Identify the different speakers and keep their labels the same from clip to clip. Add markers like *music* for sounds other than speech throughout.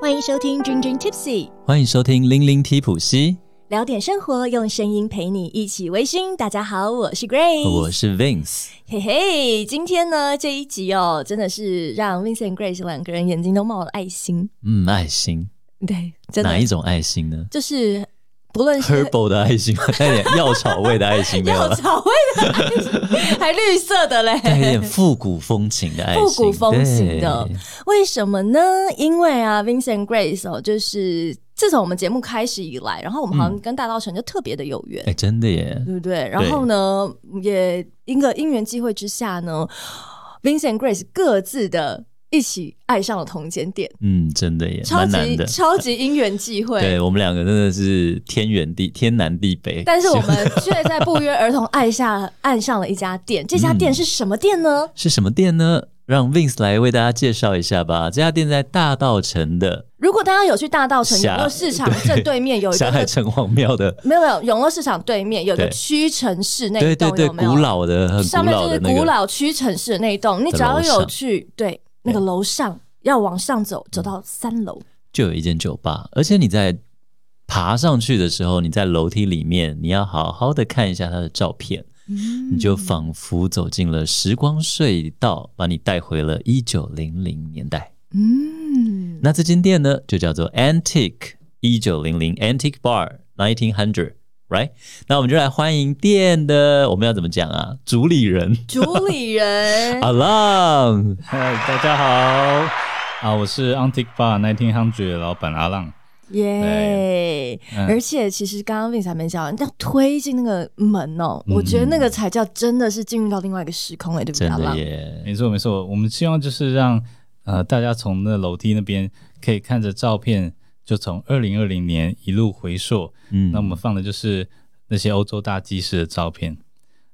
Speaker 1: 欢迎收听《君君 Tipsy》，
Speaker 2: 欢迎收听《零零 T 普西
Speaker 1: 聊点生活，用声音陪你一起微醺。大家好，我是 Grace，》，
Speaker 2: 我是 Vince。
Speaker 1: 嘿嘿，今天呢这一集哦，真的是让 Vincent Grace 两个人眼睛都冒了爱心。
Speaker 2: 嗯，爱心
Speaker 1: 对，真
Speaker 2: 哪
Speaker 1: 的
Speaker 2: 一种爱心呢
Speaker 1: 就是不论是 *laughs*
Speaker 2: ？Herbal 的爱心吗，带点药草味的爱心没有啊
Speaker 1: 药
Speaker 2: 了，
Speaker 1: 草味的爱心，还绿色的
Speaker 2: 带
Speaker 1: 嘞。
Speaker 2: 一点复古风情的爱心，
Speaker 1: 复古风情的
Speaker 2: 对
Speaker 1: 为什么呢？因为啊，Vincent Grace 哦，就是自从我们节目开始以来，然后我们好
Speaker 2: 嗯
Speaker 1: 像跟大稻城就特别的有缘
Speaker 2: 哎、。真的耶！
Speaker 1: 对不对？然后呢，也一个因缘机会之下呢，Vincent Grace 各自的一起爱上了同间店，
Speaker 2: 嗯，真的耶，
Speaker 1: 超
Speaker 2: 蛮难
Speaker 1: 级
Speaker 2: 的。
Speaker 1: 超级因缘际会。
Speaker 2: 对我们两个真的是天远地天南地北，
Speaker 1: 但是我们却在不约而同爱下 *laughs* 爱上了一家店，这家
Speaker 2: 嗯
Speaker 1: 店是什么店呢？
Speaker 2: 是什么店呢？让 Vince 来为大家介绍一下吧。这家店在大稻城的
Speaker 1: 如果大家有去大稻城
Speaker 2: 下
Speaker 1: 永乐市场
Speaker 2: 对
Speaker 1: 正对面有一
Speaker 2: 霞海
Speaker 1: 个。
Speaker 2: 城隍庙的，
Speaker 1: 没有没有，永乐市场对面有一个
Speaker 2: 对
Speaker 1: 屈臣氏那
Speaker 2: 对
Speaker 1: 一
Speaker 2: 对
Speaker 1: 栋，
Speaker 2: 对，
Speaker 1: 有没有？
Speaker 2: 古老的很
Speaker 1: 上
Speaker 2: 古
Speaker 1: 面
Speaker 2: 老
Speaker 1: 就
Speaker 2: 的
Speaker 1: 是
Speaker 2: 那
Speaker 1: 古
Speaker 2: 个，
Speaker 1: 老屈臣氏的那一栋，你只要有去，对，那个楼上要往上走，走到三楼，
Speaker 2: 就有一间酒吧，而且你在爬上去的时候，你在楼梯里面，你要好好的看一下它的照片，
Speaker 1: 嗯
Speaker 2: 你就仿佛走进了时光隧道，把你带回了一九零零年代。
Speaker 1: 嗯，
Speaker 2: 那这间店呢，就叫做 Antique 一九零零 Antique Bar nineteen hundred。Right，那我们就来欢迎店的，我们要怎么讲啊？主理人
Speaker 1: 主理人
Speaker 2: 阿浪，
Speaker 3: 嗨，大家好，啊，我是 Antique Bar Nineteen Hundred 老板阿浪，
Speaker 1: 耶！
Speaker 3: 嗯
Speaker 1: 而且其实刚刚 Vince 还没讲，要推进那个门哦，
Speaker 2: 嗯
Speaker 1: 我觉得那个才叫真的是进入到另外一个时空了，对不对？
Speaker 2: 真
Speaker 1: 阿
Speaker 2: 的
Speaker 1: 浪
Speaker 2: 耶，
Speaker 3: 没错没错，我们希望就是让呃大家从那楼梯那边可以看着照片，就从二零二零年一路回溯，
Speaker 2: 嗯
Speaker 3: 那我们放的就是那些欧洲大祭司的照片，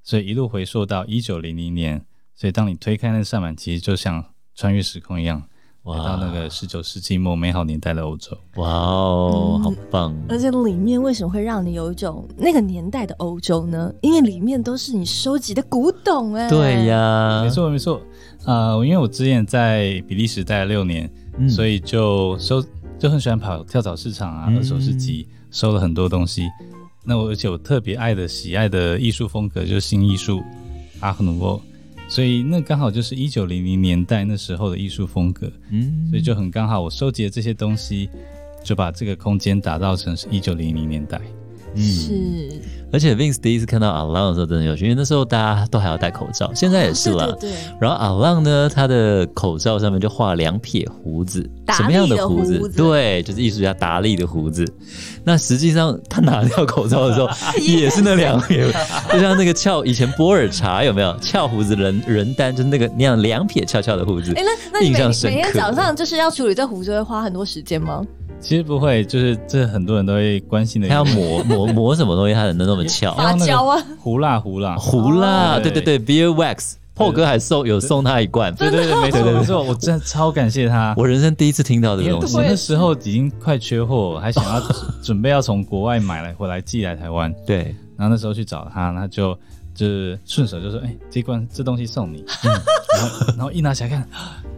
Speaker 3: 所以一路回溯到一九零零年，所以当你推开那扇门，其实就像穿越时空一样，来到那个十九世纪末美好年代的欧洲。
Speaker 2: 哇
Speaker 1: 嗯
Speaker 2: 哦，好棒！
Speaker 1: 而且里面为什么会让你有一种那个年代的欧洲呢？因为里面都是你收集的古董哎、
Speaker 2: 对、呀，
Speaker 3: 没，错没错，呃，因为我之前在比利时待了六年，
Speaker 2: 嗯
Speaker 3: 所以就收就很喜欢跑跳蚤市场啊、
Speaker 2: 嗯
Speaker 3: 二手市集，收了很多东西。那我而且我特别爱的喜爱的艺术风格就是新艺术，阿赫努沃，所以那刚好就是一九零零年代那时候的艺术风格，
Speaker 2: 嗯
Speaker 3: 所以就很刚好我收集了这些东西，就把这个空间打造成是一九零零年代。
Speaker 1: 是，
Speaker 2: 而且 Vince 第一次看到阿浪的时候真的有趣，因为那时候大家都还要戴口罩，现在也是啦。
Speaker 1: 对对对。
Speaker 2: 然后阿浪呢，他的口罩上面就画两撇胡子，
Speaker 1: 达利的
Speaker 2: 什么样胡
Speaker 1: 胡子
Speaker 2: 对，就是艺术家达利的胡子。那实际上他拿掉口罩
Speaker 1: *laughs*
Speaker 2: 的时候， *laughs* 也是那两撇，就像那个翘以前波尔茶有没有翘胡子人人丹，就是那个那样两撇翘翘的胡子
Speaker 1: 哎、。那那你
Speaker 2: 印
Speaker 1: 每
Speaker 2: 象深刻
Speaker 1: 每天早上就是要处理这胡子，会花很多时间吗？
Speaker 3: 其实不会，就是这很多人都会关心的一
Speaker 2: 他
Speaker 3: 个
Speaker 2: 要
Speaker 3: 问
Speaker 2: 磨
Speaker 3: 题，
Speaker 2: 磨磨什么东西，他能那么翘？
Speaker 1: 发胶啊，
Speaker 3: 胡辣
Speaker 2: *laughs*
Speaker 3: 胡辣
Speaker 2: 胡啦，
Speaker 3: 哦
Speaker 2: 对对对，Beer Wax，破哥还送有送他一罐，
Speaker 3: 对对对，没错没错，我真的超感谢他。
Speaker 2: 我人生第一次听到这
Speaker 3: 因
Speaker 2: 个
Speaker 3: 为我
Speaker 2: 东西
Speaker 1: 我。也
Speaker 3: 那
Speaker 1: 是
Speaker 3: 时候已经快缺货，还
Speaker 2: *laughs*
Speaker 3: 想要准备要从国外买来回来寄来台湾，
Speaker 2: 对，
Speaker 3: 然后那时候去找他，他就就是顺手就说：“哎、这罐这东西送你。
Speaker 2: *laughs*
Speaker 3: 嗯”然后然后一拿起来看，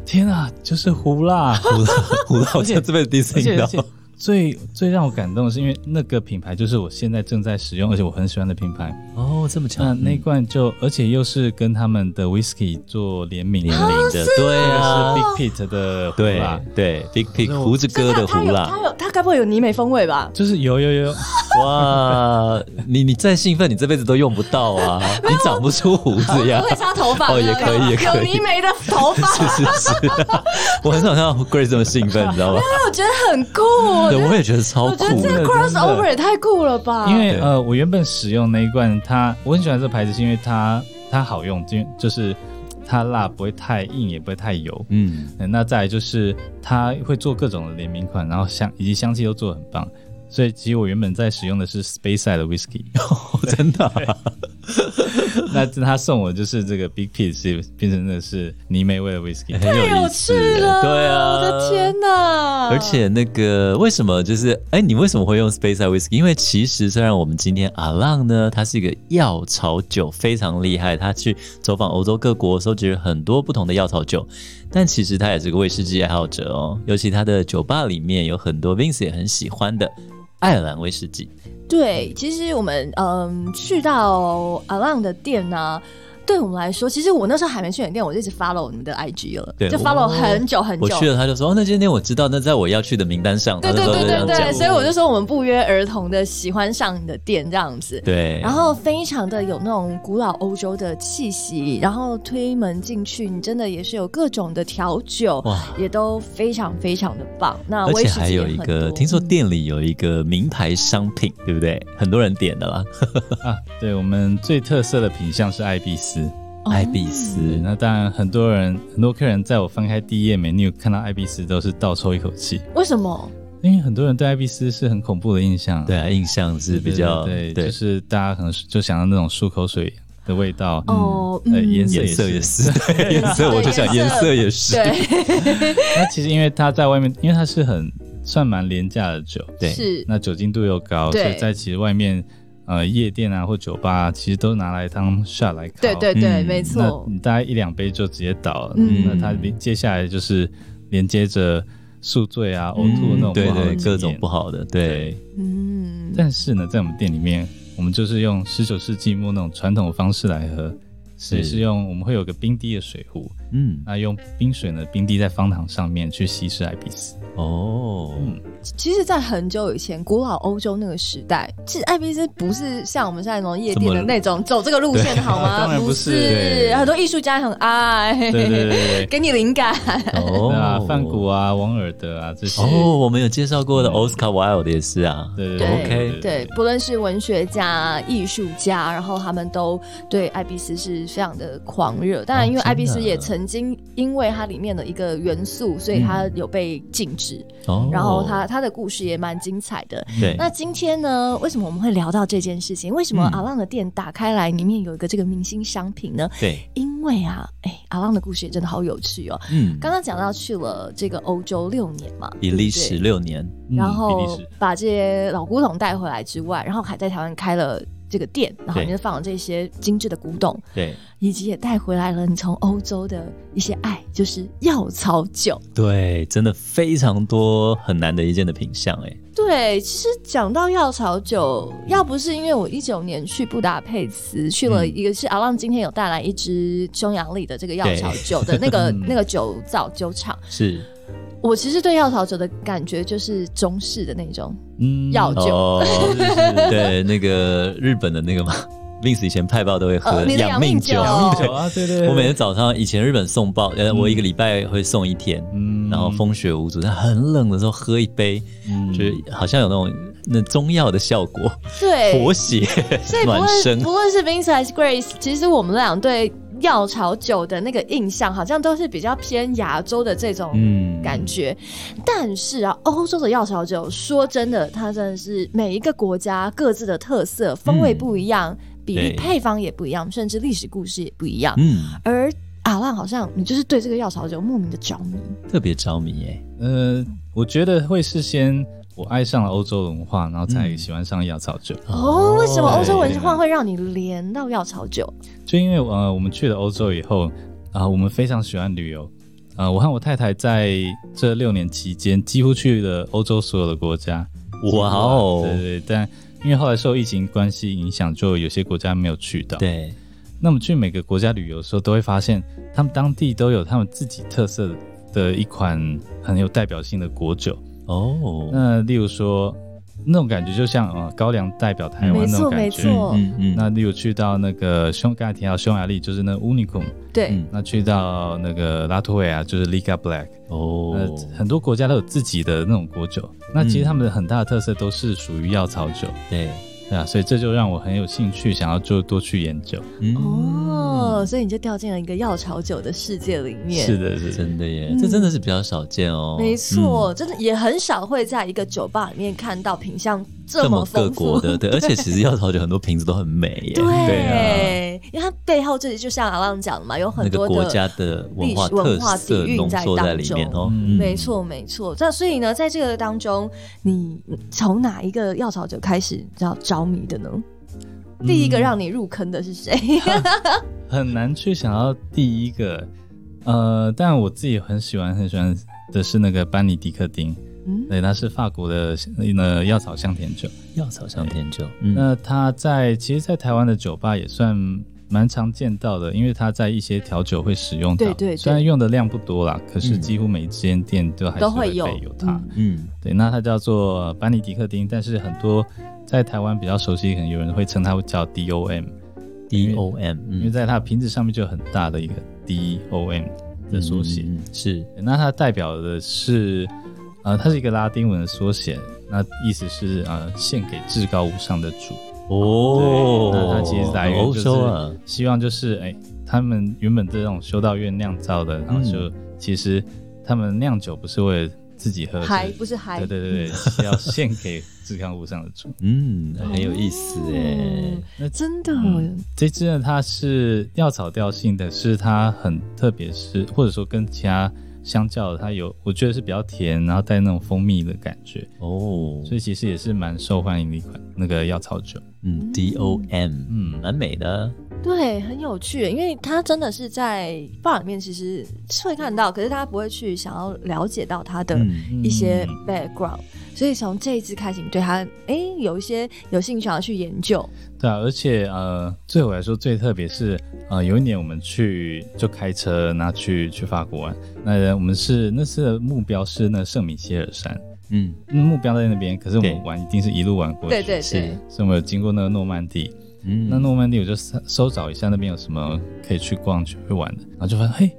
Speaker 3: 天啊，就是胡辣，
Speaker 2: 胡辣胡辣，我现在这辈子第一次
Speaker 3: 而且
Speaker 2: 听到。 *laughs*
Speaker 3: 而且最最让我感动的是，因为那个品牌就是我现在正在使用，而且我很喜欢的品牌。
Speaker 2: 哦，这么巧，
Speaker 3: 那那
Speaker 2: 嗯
Speaker 3: 罐就而且又是跟他们的 whisky 做联名
Speaker 2: 年龄的，对
Speaker 3: 那
Speaker 2: 啊，
Speaker 3: 个是 Big Pit 的胡
Speaker 2: 对
Speaker 3: 辣。
Speaker 2: 对，Big Pig
Speaker 3: 可是我
Speaker 2: 胡子哥的
Speaker 1: 他
Speaker 2: 胡
Speaker 1: 有
Speaker 2: 辣
Speaker 1: 他，有他该不会有泥煤风味吧？
Speaker 3: 就是有有有，
Speaker 2: 哇！你你再兴奋，你这辈子都用不到啊，你长不出胡子呀
Speaker 1: 我。会插头发的，
Speaker 2: 哦也可以
Speaker 1: 有
Speaker 2: 也可以
Speaker 1: 有泥煤的头发，
Speaker 2: 是是是，我很少看到 Grace 这么兴奋，你知道吗？
Speaker 1: 我觉得很
Speaker 2: *laughs*
Speaker 1: 酷。我
Speaker 2: 对，
Speaker 1: 觉得
Speaker 2: 我也觉得超
Speaker 1: 我觉得
Speaker 2: 酷
Speaker 1: 这个
Speaker 2: 的。
Speaker 1: crossover 也太酷了吧！
Speaker 3: 因为
Speaker 2: 对
Speaker 3: 呃，我原本使用那一罐，它我很喜欢这个牌子，是因为它它好用，因为就是它辣不会太硬，也不会太油。
Speaker 2: 嗯， *laughs*
Speaker 3: 嗯那再来就是它会做各种的联名款，然后香以及香气都做的很棒。所以其实我原本在使用的是 Space Side 的 Whisky，
Speaker 2: 真的啊，
Speaker 3: *laughs* 那他送我就是这个 Big P 是变成的是泥煤味的 whisky，
Speaker 2: 很
Speaker 1: 太有趣
Speaker 2: 意思，
Speaker 1: 了！
Speaker 2: 对啊，
Speaker 1: 我的天哪！
Speaker 2: 而且那个为什么就是哎、你为什么会用 Space Eye Whisky？因为其实虽然我们今天阿浪呢，他是一个药草酒非常厉害，他去走访欧洲各国，收集了很多不同的药草酒，但其实他也是个威士忌爱好者哦。尤其他的酒吧里面有很多 Vince 也很喜
Speaker 1: *laughs*
Speaker 2: 欢的爱尔兰威士忌。
Speaker 1: 对，其实我们嗯去到阿浪的店呢、啊对我们来说，其实我那时候还没去你的店，我就一直 follow 你们的 IG 了，
Speaker 2: 对
Speaker 1: 就 follow
Speaker 2: 我
Speaker 1: 很久很
Speaker 2: 我
Speaker 1: 久。
Speaker 2: 去了，他就说哦，那今天我知道，那在我要去的名单上，
Speaker 1: 对
Speaker 2: 他
Speaker 1: 对
Speaker 2: 那时
Speaker 1: 对
Speaker 2: 候就这
Speaker 1: 对
Speaker 2: 样
Speaker 1: 对，
Speaker 2: 讲
Speaker 1: 所以我就说我们不约而同的喜欢上你的店这样子。
Speaker 2: 对，
Speaker 1: 然后非常的有那种古老欧洲的气息，然后推门进去，你真的也是有各种的调酒，
Speaker 2: 哇。
Speaker 1: 也都非常非常的棒。那
Speaker 2: 而
Speaker 1: 啊威
Speaker 2: 且
Speaker 1: 士忌
Speaker 2: 还有
Speaker 1: 也
Speaker 2: 一
Speaker 1: 很
Speaker 2: 个，
Speaker 1: 多
Speaker 2: 听说
Speaker 1: 嗯
Speaker 2: 店里有一个名牌商品，对不对？很多人点的啦，
Speaker 3: 啊，对我们最特色的品相是艾必斯。
Speaker 1: 哦
Speaker 2: 艾比斯。
Speaker 3: 对，那当然很多人很多客人在我翻开第一页 menu 看到艾必斯都是倒抽一口气，
Speaker 1: 为什么？
Speaker 3: 因为很多人对艾必斯是很恐怖的印象。
Speaker 2: 对啊，印象是比较
Speaker 3: 对，就是大家可能是就想到那种漱口水的味道，
Speaker 1: 哦，
Speaker 3: 呃
Speaker 1: 嗯
Speaker 3: 颜
Speaker 2: 颜色
Speaker 3: 色
Speaker 2: 也
Speaker 3: 也
Speaker 2: 是，对 *laughs* 颜色我就想颜色也是，
Speaker 1: 对，
Speaker 3: 那其实因为它在外面，因为它是很算蛮廉价的酒，
Speaker 2: 对
Speaker 1: 是
Speaker 3: 那酒精度又高，所
Speaker 1: 对
Speaker 3: 以在其实外面呃夜店啊或酒吧啊、其实都拿来当 shot 来烤。
Speaker 1: 对对对，
Speaker 2: 嗯
Speaker 1: 没
Speaker 3: 那
Speaker 1: 错，
Speaker 3: 你大概一两杯就直接倒了，
Speaker 1: 嗯
Speaker 3: 那它连接下来就是连接着宿醉啊、呕吐那种
Speaker 2: 嗯对
Speaker 3: 不好的
Speaker 2: 对，
Speaker 3: 经
Speaker 2: 各种
Speaker 3: 验
Speaker 2: 不好的，对
Speaker 3: 对。
Speaker 1: 嗯，
Speaker 3: 但是呢，在我们店里面，我们就是用十九世纪末那种传统的方式来喝，所以是用我们会有个冰滴的水壶，
Speaker 2: 嗯，
Speaker 3: 那用冰水呢冰滴在方糖上面去稀释艾比斯。
Speaker 2: 哦，
Speaker 3: 嗯
Speaker 1: 其实，在很久以前，古老欧洲那个时代，其实艾比斯不是像我们现在那种夜店的
Speaker 2: 这么
Speaker 1: 那种走这个路线的好
Speaker 2: *laughs*
Speaker 1: 吗？
Speaker 3: 当然不
Speaker 1: 是，
Speaker 3: 是对
Speaker 1: 很多艺术家也很爱，
Speaker 3: 对对对对
Speaker 1: *laughs*
Speaker 3: 对。
Speaker 1: 给你灵感。
Speaker 2: 哦
Speaker 3: *laughs* 那，梵谷啊、王尔德啊这些，
Speaker 2: 哦，我们有介绍过的 Oscar Wilde 也是啊，
Speaker 3: 对对
Speaker 1: 对
Speaker 2: OK
Speaker 1: 对，不论是文学家、艺术家，然后他们都对艾比斯是非常的狂热。当然，因为
Speaker 2: 哦真的
Speaker 1: 艾比斯也曾经因为它里面的一个元素，所以它有被禁止。
Speaker 2: 哦，哎
Speaker 1: 然后他他的故事也蛮精彩的。
Speaker 2: 对，
Speaker 1: 那今天呢，为什么我们会聊到这件事情？为什么阿浪的店打开来里面有一个这个明星商品呢？
Speaker 2: 对，
Speaker 1: 因为啊，哎，阿浪的故事也真的好有趣哦。
Speaker 2: 嗯，
Speaker 1: 刚刚讲到去了这个欧洲六年嘛，
Speaker 2: 比
Speaker 1: 对
Speaker 2: 利
Speaker 1: 不对
Speaker 2: 时六年，
Speaker 3: 嗯
Speaker 1: 然
Speaker 3: 比利
Speaker 1: 后
Speaker 3: 时
Speaker 1: 把这些老古董带回来之外，然后还在台湾开了这个店，然后里面放了这些精致的古董，
Speaker 2: 对
Speaker 1: 以及也带回来了你从欧洲的一些爱，就是药草酒。
Speaker 2: 对，真的非常多很难得一见的品相，哎，
Speaker 1: 对，其实讲到药草酒，要不是因为我一九年去布达佩斯去了一个是阿浪，今天有带来一支匈牙利的这个药草酒的那个
Speaker 3: 嗯
Speaker 1: 那个酒造酒厂，
Speaker 2: 是
Speaker 1: 我其实对药草酒的感觉就是中式的那种
Speaker 3: 嗯
Speaker 1: 药酒。
Speaker 2: 哦，
Speaker 1: *laughs*
Speaker 3: 就是
Speaker 2: 对，那个日本的那个嘛，Vince 以前派报都会喝
Speaker 1: 呃你的
Speaker 2: 养
Speaker 1: 养命
Speaker 2: 命
Speaker 1: 酒
Speaker 2: 酒，
Speaker 1: 养命
Speaker 3: 酒啊，对对对，
Speaker 2: 我每天早上以前日本送报，呃，我一个礼拜会送一天，
Speaker 3: 嗯
Speaker 2: 然后风雪无阻，但很冷的时候喝一杯，
Speaker 3: 嗯
Speaker 2: 就是好像有那种那中药的效果，
Speaker 1: 对，
Speaker 2: 活血
Speaker 1: 所以不
Speaker 2: 暖身
Speaker 1: 论不。论是 Vince 还是 Grace，其实我们俩对药草酒的那个印象，好像都是比较偏亚洲的这种
Speaker 2: 嗯
Speaker 1: 感觉。但是啊，欧洲的药草酒，说真的，它真的是每一个国家各自的特色，风味不一样，比例
Speaker 2: 对
Speaker 1: 配方也不一样，甚至历史故事也不一样。
Speaker 2: 嗯，
Speaker 1: 而阿浪好像你就是对这个药草酒莫名的着迷，
Speaker 2: 特别着迷耶、
Speaker 3: 呃，我觉得会是先我爱上了欧洲文化，然后才喜欢上药草酒。
Speaker 1: 哦，为什么欧洲
Speaker 3: 对
Speaker 1: 文化会让你连到药草酒？
Speaker 3: 就因为呃，我们去了欧洲以后啊、我们非常喜欢旅游。呃，我和我太太在这六年期间，几乎去了欧洲所有的国家。
Speaker 2: 哇哦，
Speaker 3: 对对对，但因为后来受疫情关系影响，就有些国家没有去
Speaker 1: 嗯
Speaker 3: 到。，
Speaker 2: 对，
Speaker 3: 那么去每个国家旅游的时候，都会发现他们当地都有他们自己特色的一款很有代表性的国酒。
Speaker 2: 哦，
Speaker 3: 那例如说，那种感觉就像呃高粱代表台湾那种感
Speaker 1: 没
Speaker 3: 觉。
Speaker 1: 错没错
Speaker 2: 嗯嗯，
Speaker 3: 那例如去到那个匈，刚才提到匈牙利就是那 Unicum，
Speaker 1: 对，
Speaker 2: 嗯
Speaker 3: 那去到那个拉脱维亚就是 Liga Black，
Speaker 2: 哦
Speaker 3: 呃，很多国家都有自己的那种国酒。那其实他们的很大的特色都是属于药草酒，
Speaker 2: 对，
Speaker 3: 对啊，所以这就让我很有兴趣，想要就多去研究。
Speaker 2: 嗯，
Speaker 1: 哦，所以你就掉进了一个药草酒的世界里面。
Speaker 3: 是的，是的，
Speaker 2: 真的耶，
Speaker 1: 嗯
Speaker 2: 这真的是比较少见哦，
Speaker 1: 没错，真的也很少会在一个酒吧里面看到品相这么
Speaker 2: 各
Speaker 1: 丰
Speaker 2: 国
Speaker 1: 富 *laughs*
Speaker 2: 的，对，而且其实药草酒很多瓶子都很美耶，
Speaker 1: 对，啊因为它背后这里就像阿浪讲的嘛，有
Speaker 2: 那
Speaker 1: 很
Speaker 2: 个
Speaker 1: 多
Speaker 2: 国
Speaker 1: 的。
Speaker 2: 家的文化
Speaker 1: 历史文
Speaker 2: 特
Speaker 1: 化
Speaker 2: 色
Speaker 1: 底蕴
Speaker 2: 浓
Speaker 1: 在
Speaker 2: 缩在
Speaker 1: 当
Speaker 2: 里面
Speaker 1: 中
Speaker 2: 哦，
Speaker 3: 嗯
Speaker 1: 没错，没错。这所以呢，在这个当中，你从哪一个药草酒开始比较着迷的呢？第一个让你入坑的是谁？
Speaker 3: 很难去想到第一个，呃，但我自己很喜欢很喜欢的是那个班尼迪克丁，
Speaker 1: *laughs* 嗯，
Speaker 3: 对，它是法国的呃药草香甜酒。
Speaker 2: 药草香甜酒，嗯，
Speaker 3: 那它在其实，在台湾的酒吧也算蛮常见到的，因为它在一些调酒会使用到，
Speaker 1: 对对对
Speaker 3: 虽然用的量不多啦，可是
Speaker 2: 嗯
Speaker 3: 几乎每间店都还是
Speaker 1: *laughs* 都
Speaker 3: 会
Speaker 1: 会有
Speaker 3: 备有它。
Speaker 1: 嗯
Speaker 2: 嗯，
Speaker 3: 对，那它叫做班尼迪克丁，但是很多在台湾比较熟悉，可能有人会称它叫 DOM。
Speaker 2: D O M，
Speaker 3: 因为
Speaker 2: 嗯，
Speaker 3: 在它的瓶子上面就有很大的一个 D O M 的缩写。
Speaker 2: 嗯嗯嗯是
Speaker 3: 那它代表的是，呃，它是一个拉丁文的缩写，那意思是呃，献给至高无上的主。
Speaker 2: 嗯哦，
Speaker 3: 对那它其实来源
Speaker 2: 欧
Speaker 3: 就是
Speaker 2: 洲啊，
Speaker 3: 希望就是哎、他们原本这种修道院酿造的，然后就、其实他们酿酒不是为了自己喝，
Speaker 1: 嗨，
Speaker 3: 是
Speaker 1: 不是嗨，
Speaker 3: 对对对对，是要献给至高无上的主。
Speaker 2: 嗯，很有意思哎
Speaker 1: 嗯，
Speaker 3: 那
Speaker 1: 真的，
Speaker 3: 嗯 *laughs* 这支呢，它是药草调性的，是它很特别，是或者说跟其他相较的，它有我觉得是比较甜，然后带那种蜂蜜的感觉，
Speaker 2: 哦，
Speaker 3: 所以其实也是蛮受欢迎的一款那个药草酒。
Speaker 2: 嗯，D O M，嗯，
Speaker 3: 嗯
Speaker 2: 蛮美的，
Speaker 1: 对，很有趣，因为它真的是在 bar 里面其实是会看到，可是大家不会去想要了解到它的
Speaker 2: 嗯，
Speaker 1: 一些 background，、所以从这一次开始，你对它哎有一些有兴趣想要去研究，
Speaker 3: 对啊，而且呃，对我来说最特别是呃，有一年我们去就开车，然后去去法国玩，那我们是那次的目标是那圣米歇尔山，
Speaker 2: 嗯，
Speaker 3: 嗯目标在那边，可是我
Speaker 2: 对
Speaker 3: 们玩一定是一路玩过去，
Speaker 1: 对对对，
Speaker 3: 所以我们有经过那个诺曼底。
Speaker 2: 嗯，
Speaker 3: 那诺曼底我就搜搜找一下那边有什么可以去逛、去会玩的，然后就发现，嘿，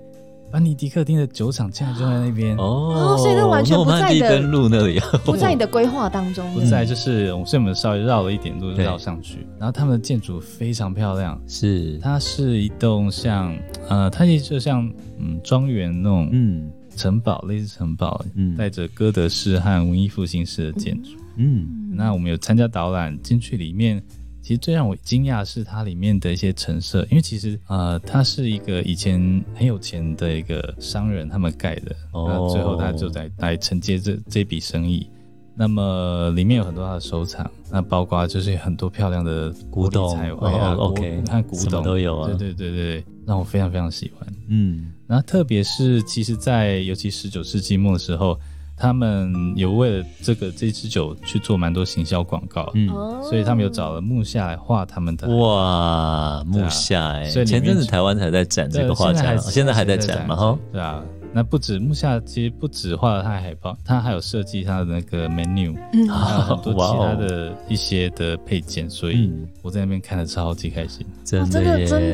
Speaker 3: 班尼迪克丁的酒厂竟然就在那边。
Speaker 2: 哦，
Speaker 1: 哦所以那完全不在
Speaker 2: 诺曼底
Speaker 1: 的
Speaker 2: 跟路那里，啊
Speaker 1: 不在你的规划当中
Speaker 3: 不
Speaker 1: 的。
Speaker 3: 在，嗯就是我所以我们稍微绕了一点路
Speaker 2: 对
Speaker 3: 绕上去，然后他们的建筑非常漂亮，
Speaker 2: *laughs* 是，
Speaker 3: 它是一栋像呃，它也就像嗯庄园那种
Speaker 2: 嗯
Speaker 3: 城堡，类似城堡，
Speaker 2: 嗯
Speaker 3: 带着哥德式和文艺复兴式的建筑。
Speaker 2: 嗯，
Speaker 3: 那我们有参加导览，进去里面，其实最让我惊讶的是它里面的一些陈设，因为其实呃，它是一个以前很有钱的一个商人他们盖的，
Speaker 2: 哦
Speaker 3: 那最后他就来来承接这这笔生意。那么里面有很多他的收藏，那包括就是很多漂亮的
Speaker 2: 古董
Speaker 3: 玻璃彩绘啊
Speaker 2: 哦
Speaker 3: 古
Speaker 2: OK，
Speaker 3: 看古
Speaker 2: 什么
Speaker 3: 董
Speaker 2: 都有啊
Speaker 3: 对对对对，让我非常非常喜欢。
Speaker 2: 嗯，
Speaker 3: 然后特别是其实在尤其十九世纪末的时候，他们有为了这个这支酒去做蛮多行销广告，
Speaker 2: 嗯
Speaker 1: 哦
Speaker 3: 所以他们有找了木下来画他们的。
Speaker 2: 哇，木下哎，
Speaker 3: 所以里
Speaker 2: 前
Speaker 3: 面
Speaker 2: 阵子台湾才在展这个画展，
Speaker 3: 对
Speaker 2: 现在还在展嘛哈，
Speaker 3: 对啊，那不止木下，其实不止画了他的海报，他还有设计他的那
Speaker 2: *laughs*
Speaker 3: 个 menu，还
Speaker 1: 嗯
Speaker 3: 有很多
Speaker 2: 哇
Speaker 3: 其他
Speaker 2: 哦，
Speaker 3: 的一些的配件，所以
Speaker 2: 嗯，
Speaker 3: 我在那边看的超级开心。
Speaker 1: 哦
Speaker 2: 真
Speaker 1: 真的
Speaker 2: 耶，
Speaker 1: 真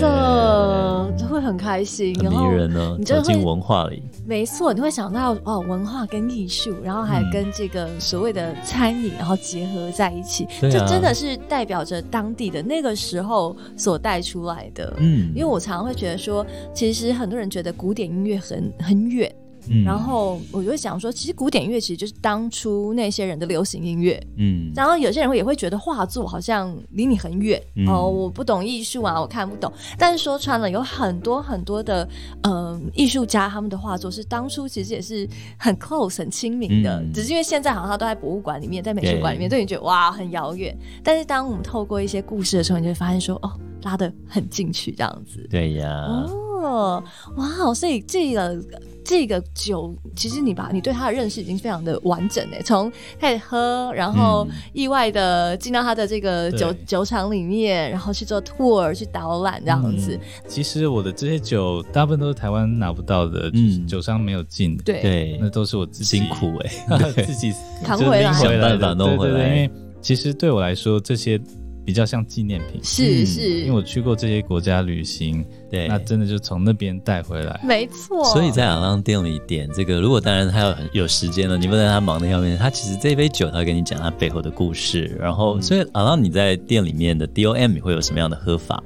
Speaker 1: 的会很开心，
Speaker 2: 很
Speaker 1: 然后
Speaker 2: 迷人呢，
Speaker 1: 你真
Speaker 2: 走
Speaker 1: 的
Speaker 2: 进
Speaker 1: 会
Speaker 2: 文化里，
Speaker 1: 没错，你会想到哦，文化跟艺术，然后还
Speaker 3: 嗯
Speaker 1: 跟这个所谓的餐饮，然后结合在一起，
Speaker 2: 对啊
Speaker 1: 这真的是代表着当地的那个时候所带出来的。
Speaker 2: 嗯，
Speaker 1: 因为我常常会觉得说，其实很多人觉得古典音乐很很远，
Speaker 3: 嗯
Speaker 1: 然后我就会想说，其实古典音乐其实就是当初那些人的流行音乐，
Speaker 2: 嗯，
Speaker 1: 然后有些人会也会觉得画作好像离你很远、
Speaker 2: 嗯
Speaker 1: 哦，我不懂艺术啊，我看不懂。但是说穿了，有很多很多的呃艺术家他们的画作是当初其实也是很 close 很亲民的，
Speaker 2: 嗯
Speaker 1: 只是因为现在好像它都在博物馆里面，在美术馆里面，
Speaker 2: 对
Speaker 1: 对你觉得哇很遥远。但是当我们透过一些故事的时候，你就会发现说哦拉得很进去这样子。
Speaker 2: 对呀，
Speaker 1: 哦，哇哦！所以这个这个酒，其实你把你对它的认识已经非常的完整诶，从开始喝，然后
Speaker 2: 嗯
Speaker 1: 意外的进到它的这个酒
Speaker 3: 对
Speaker 1: 酒厂里面，然后去做 tour 去导览这样子。
Speaker 2: 嗯
Speaker 3: 其实我的这些酒大部分都是台湾拿不到的，就是
Speaker 2: 嗯
Speaker 3: 酒商没有进的。
Speaker 1: 对，
Speaker 2: 对
Speaker 3: 那，都是我自己
Speaker 2: 辛苦哎，
Speaker 3: *laughs* 自己
Speaker 1: 扛
Speaker 3: 就是
Speaker 1: 回
Speaker 3: 拎
Speaker 1: 来
Speaker 3: 回来
Speaker 2: 想办法
Speaker 3: 的，
Speaker 2: 弄回
Speaker 3: 对对对
Speaker 2: 来
Speaker 3: 因为其实对我来说，这些比较像纪念品，
Speaker 1: 是、
Speaker 2: 嗯
Speaker 1: 是
Speaker 3: 因为，我去过这些国家旅行，
Speaker 2: 对，
Speaker 3: 那真的就从那边带回来。
Speaker 1: 没错。
Speaker 2: 所以在朗浪店里点这个，如果当然他有很有时间了，你不能让他忙的要命。他其实这杯酒，他会跟你讲他背后的故事。然后，所以朗浪你在店里面的 DOM 你会有什么样的喝法？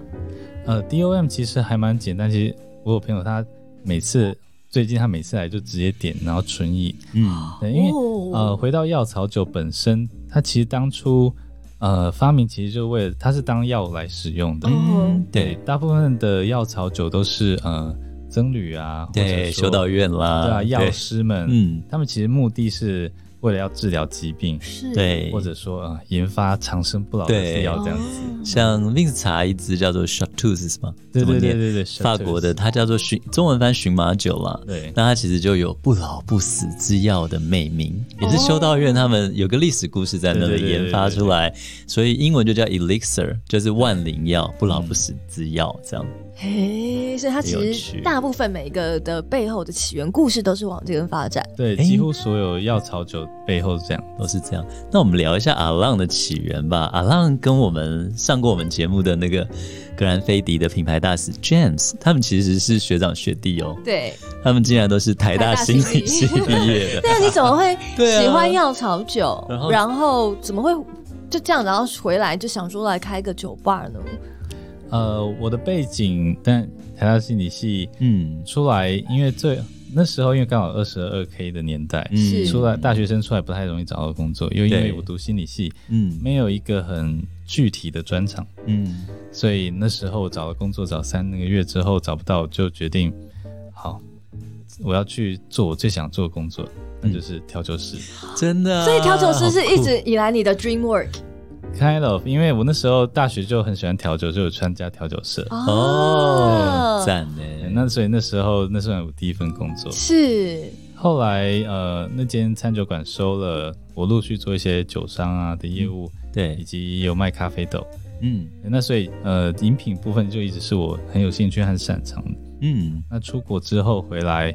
Speaker 3: 呃，DOM 其实还蛮简单，其实我有朋友他每次最近他每次来就直接点，然后纯饮，
Speaker 2: 嗯
Speaker 3: 对，因为、
Speaker 1: 哦
Speaker 3: 呃，回到药草酒本身，它其实当初呃发明其实就为了它是当药来使用的。
Speaker 1: 嗯
Speaker 3: 对，
Speaker 2: 对
Speaker 3: 大部分的药草酒都是呃僧侣啊，或者
Speaker 2: 对，
Speaker 3: 说
Speaker 2: 修道院啦，
Speaker 3: 对啊，药
Speaker 2: 对
Speaker 3: 师们，
Speaker 2: 嗯，
Speaker 3: 他们其实目的是为了要治疗疾病，
Speaker 1: 是，
Speaker 2: 对，
Speaker 3: 或者说啊、呃研发长生不老的
Speaker 2: 对
Speaker 3: 药这样
Speaker 2: 哦
Speaker 3: 子。
Speaker 1: 子
Speaker 2: 像 Vince 查一支叫做 Chartreuse 嘛，
Speaker 3: 对
Speaker 2: 怎么
Speaker 3: 对对
Speaker 2: 念
Speaker 3: 对对，
Speaker 2: 法国的，它叫做荨，中文翻荨麻酒啦。
Speaker 3: 对
Speaker 2: 那它其实就有不老不死之药的美名，也是修道院他们有个历史故事在那
Speaker 3: 哦对
Speaker 2: 里
Speaker 3: 对对对
Speaker 2: 研发出来，所以英文就叫 elixir，就是万灵药，不老不死之药这样。
Speaker 1: 嘿，所以它
Speaker 2: 很有
Speaker 1: 其实
Speaker 2: 趣
Speaker 1: 大部分每一个的背后的起源故事都是往这个发展。
Speaker 3: 对，
Speaker 2: 诶
Speaker 3: 几乎所有药草酒背后是这样。
Speaker 2: 都是这样。那我们聊一下阿浪的起源吧。阿浪跟我们上过我们节目的那个格兰菲迪的品牌大使 James，他们其实是学长学弟哦，
Speaker 1: 对，
Speaker 2: 他们竟然都是台大心理系
Speaker 1: 台大心理
Speaker 2: 毕
Speaker 1: *laughs*
Speaker 2: 业的。
Speaker 1: 那你怎么会
Speaker 2: 对啊
Speaker 1: 喜欢药草酒？
Speaker 2: 然
Speaker 1: 然
Speaker 2: 后
Speaker 1: 后怎么会就这样，然后回来就想说来开个酒吧呢？
Speaker 3: 呃，我的背景，但台大心理系
Speaker 2: 嗯
Speaker 3: 出来，因为最那时候因为刚好二十二 K 的年代，
Speaker 1: 是
Speaker 3: 出来大学生出来不太容易找到工作，又因为
Speaker 2: 嗯对
Speaker 3: 我读心理系，
Speaker 2: 嗯
Speaker 3: 没有一个很具体的专长，
Speaker 2: 嗯，
Speaker 3: 所以那时候找了工作找三个月之后找不到，就决定好，我要去做我最想做的工作，
Speaker 2: 嗯
Speaker 3: 那就是调酒师。
Speaker 2: 真的啊、
Speaker 1: 所以调酒师是一
Speaker 2: 好酷
Speaker 1: 直以来你的 dream work
Speaker 3: Kind of，因为我那时候大学就很喜欢调酒，就有参加调酒社。
Speaker 2: 哦
Speaker 1: 啊，
Speaker 2: 赞呢、
Speaker 3: 那所以那时候那算我第一份工作。
Speaker 1: 是
Speaker 3: 后来呃，那间餐酒馆收了，我陆续做一些酒商啊的业务，以
Speaker 2: 嗯对，
Speaker 3: 及有卖咖啡豆。
Speaker 2: 嗯
Speaker 3: 那所以呃，饮品部分就一直是我很有兴趣和擅长的。
Speaker 2: 嗯
Speaker 3: 那出国之后回来，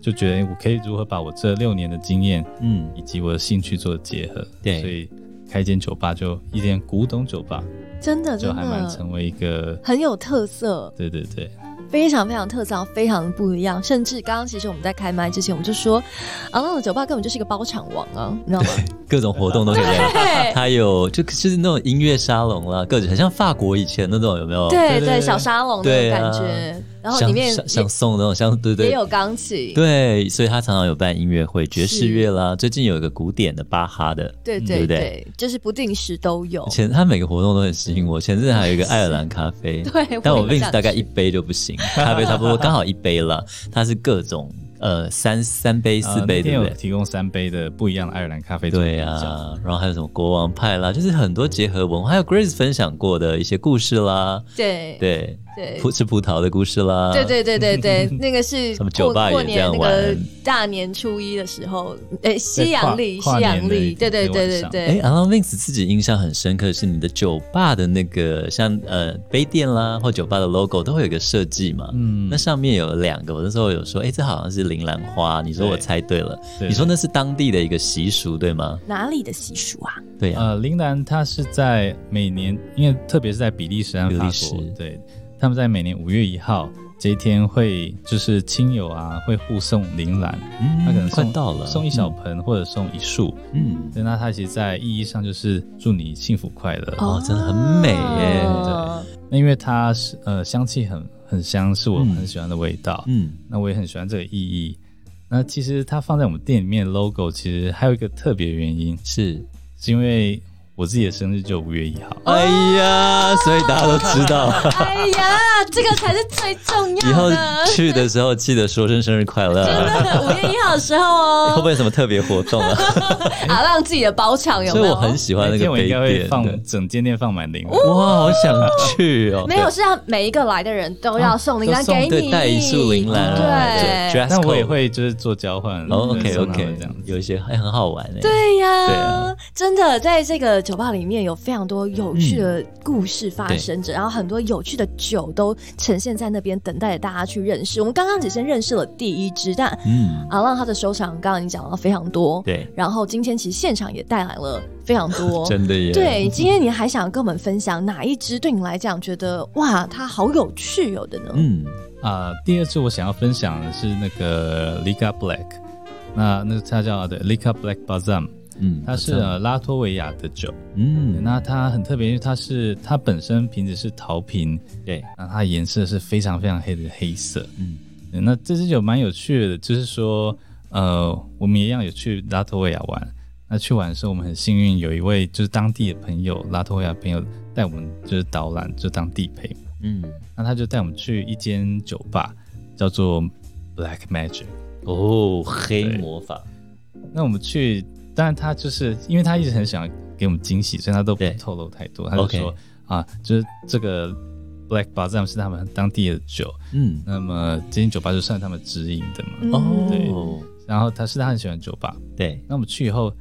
Speaker 3: 就觉得哎诶我可以如何把我这六年的经验
Speaker 2: 嗯，
Speaker 3: 以及我的兴趣做结合，
Speaker 2: 对
Speaker 3: 所以开一间酒吧就一间古董酒吧，
Speaker 1: 真
Speaker 2: 啊
Speaker 1: 的
Speaker 3: 就
Speaker 1: 真
Speaker 3: 还蛮成
Speaker 1: 的
Speaker 3: 为一个，
Speaker 2: *laughs*
Speaker 1: 很有特色，
Speaker 3: 对对对，
Speaker 1: 非常非常特色，非常的不一样。甚至刚刚其实我们在开麦之前，我们就说，阿浪的酒吧根本就是一个包场王啊，你知道吗？
Speaker 2: 各种活动都可以来。
Speaker 1: 对
Speaker 2: 它有就就是那种音乐沙龙啦，各种很像法国以前那种有没有？
Speaker 1: 对
Speaker 3: 对对
Speaker 1: 对，小沙龙那
Speaker 2: 对
Speaker 1: 种
Speaker 2: 啊
Speaker 1: 感觉，然后
Speaker 2: 像
Speaker 1: 里面
Speaker 2: 像
Speaker 1: 也
Speaker 2: 像送那种像对对
Speaker 1: 也有钢琴，
Speaker 2: 对，所以他常常有办音乐会，爵士
Speaker 1: 是
Speaker 2: 乐啦，最近有一个古典的巴哈的，
Speaker 1: 对
Speaker 2: 对
Speaker 1: 对
Speaker 2: 不对
Speaker 1: 对，就是不定时都有。
Speaker 2: 前他每个活动都很吸引我。前阵子还有一个爱尔兰咖
Speaker 1: *laughs*
Speaker 2: 啡，
Speaker 1: 对，
Speaker 2: 但我
Speaker 1: 也
Speaker 2: Vince
Speaker 1: 想
Speaker 2: 大概
Speaker 1: 去
Speaker 2: 一杯就不行，咖啡差不多刚好一杯了，它是各种呃三三杯
Speaker 3: 呃
Speaker 2: 四杯
Speaker 3: 那天
Speaker 2: 对不
Speaker 3: 有
Speaker 2: 对？
Speaker 3: 提供三杯的不一样的爱尔兰咖啡种
Speaker 2: 对啊
Speaker 3: 品
Speaker 2: 呀、
Speaker 3: 这样，
Speaker 2: 然后还有什么国王派啦，就是很多结合文化，还有 Grace 分享过的一些故事啦，
Speaker 1: 对
Speaker 2: 对，
Speaker 1: 对
Speaker 2: 葡吃葡萄的故事啦，
Speaker 1: 对对对对
Speaker 2: *laughs*
Speaker 1: 对，那个是
Speaker 2: 他们酒
Speaker 1: 过
Speaker 2: 吧也
Speaker 1: 过
Speaker 2: 这
Speaker 1: 年
Speaker 2: 样
Speaker 1: 那个
Speaker 2: 玩
Speaker 1: 大年初一的时候，诶，西
Speaker 3: 对跨
Speaker 1: 洋历西
Speaker 3: 跨年
Speaker 1: 洋
Speaker 3: 的
Speaker 1: 历，
Speaker 3: 一
Speaker 1: 对对
Speaker 3: 一个晚
Speaker 1: 对对
Speaker 3: 上
Speaker 2: 哎，
Speaker 1: 对，
Speaker 2: 然后 Vince 自己印象很深刻的是你的酒吧的那个像呃杯垫啦或酒吧的 logo 都会有一个设计嘛，
Speaker 3: 嗯
Speaker 2: 那上面有两个，我那时候有说，哎，这好像是铃兰花，你说
Speaker 3: 对
Speaker 2: 我猜对了，
Speaker 3: 对
Speaker 2: 你说那是当地的一个习俗对吗？
Speaker 1: 哪里的习俗啊？
Speaker 2: 对呀、
Speaker 3: 呃，铃兰它是在每年，因为特别是在比利时和
Speaker 2: 比利
Speaker 3: 法
Speaker 2: 时
Speaker 3: 国，对，他们在每年五月一号这一天会就是亲友啊会互送铃兰，
Speaker 2: 嗯，
Speaker 3: 他可能
Speaker 2: 快
Speaker 3: 送
Speaker 2: 到了，
Speaker 3: 送一小盆或者送一束，
Speaker 2: 嗯，
Speaker 3: 对，那它其实，在意义上就是祝你幸福快乐。
Speaker 2: 哦真的很美耶
Speaker 1: 哦
Speaker 3: 那因为它是呃香气很很香，是我
Speaker 2: 嗯
Speaker 3: 很喜欢的味道。
Speaker 2: 嗯
Speaker 3: 那我也很喜欢这个意义。那其实它放在我们店里面的 logo，其实还有一个特别原因，
Speaker 2: 是。
Speaker 3: 是因为我自己的生日就五月一号。
Speaker 2: 哎呀，所以大家都知
Speaker 3: *laughs*
Speaker 2: 道，
Speaker 1: 哎呀，
Speaker 2: *laughs*
Speaker 1: 这个才是最重
Speaker 2: 以
Speaker 1: 要
Speaker 2: 后
Speaker 1: 的。
Speaker 2: 去的时候记得说声生日快
Speaker 1: *laughs*
Speaker 2: 乐。啊
Speaker 1: 五月一号的时候
Speaker 2: 会不
Speaker 1: 哦，
Speaker 2: *laughs* 会有什么特别活动啊？
Speaker 3: *laughs*
Speaker 1: 阿浪自己的包场有
Speaker 2: 所
Speaker 1: 没
Speaker 2: 以
Speaker 1: 有？
Speaker 2: 我很喜欢
Speaker 3: 那
Speaker 2: 那
Speaker 3: 天
Speaker 2: 个
Speaker 3: 我
Speaker 2: 杯
Speaker 3: 应该会
Speaker 2: 垫哦的
Speaker 3: 放。整间店放满铃兰，
Speaker 2: 哇，好想去
Speaker 3: *laughs*
Speaker 2: 哦！
Speaker 1: 没有，是让每一个来的人都要送铃兰
Speaker 2: 都送
Speaker 1: 给
Speaker 2: 对
Speaker 1: 你，
Speaker 2: 带一束铃兰啊，
Speaker 1: 对，
Speaker 2: dress
Speaker 3: 但
Speaker 2: code
Speaker 3: 我也会就是做交换。
Speaker 2: 哦。
Speaker 3: 对
Speaker 2: OK
Speaker 3: 送他们
Speaker 2: OK，
Speaker 3: 这样子。
Speaker 2: 有一些还很好玩哎。
Speaker 1: 对呀，
Speaker 2: 对啊
Speaker 1: 真的，在这个酒吧里面有非常多有趣的故事发生着，然后很多有趣的酒都呈现在那边，等待着大家去认识。我们刚刚只先认识了第一支，但
Speaker 2: 嗯，
Speaker 1: 阿浪他的收藏，刚刚已经讲到非常多。
Speaker 2: 对，
Speaker 1: 然后今天其实现场也带来了非常多。
Speaker 2: *laughs* 真的耶。
Speaker 1: 对，今天你还想跟我们分享哪一支对你来讲觉得哇，它好有趣哦有的呢？
Speaker 2: 嗯，
Speaker 3: 啊，第二支我想要分享的是那个 Liga Black，那那它叫对 Liga Black Balsam，
Speaker 2: 嗯
Speaker 3: 它是呃拉脱维亚的酒。
Speaker 2: 嗯，
Speaker 3: 那它很特别，因为它是它本身瓶子是陶瓶，
Speaker 2: 对，
Speaker 3: 那它颜色是非常非常黑的黑色。
Speaker 2: 嗯
Speaker 3: 对，那这支酒蛮有趣的，就是说，呃，我们一样有去拉脱维亚玩，那去玩的时候，我们很幸运，有一位就是当地的朋友，拉脱维亚朋友带我们就是导览，就当地陪。
Speaker 2: 嗯，
Speaker 3: 那他就带我们去一间酒吧，叫做 Black Magic。
Speaker 2: 哦，黑魔法。
Speaker 3: 那我们去，当然他就是因为他一直很想给我们惊喜，所以他都不透露太多。他就说、
Speaker 2: OK
Speaker 3: 啊，就是这个 Black Balsam 是他们当地的酒，
Speaker 2: 嗯，
Speaker 3: 那么这间酒吧就算他们直营的嘛。
Speaker 1: 嗯
Speaker 2: 哦，
Speaker 3: 然后他是他很喜欢酒吧，
Speaker 2: 对，
Speaker 3: 那我们去以后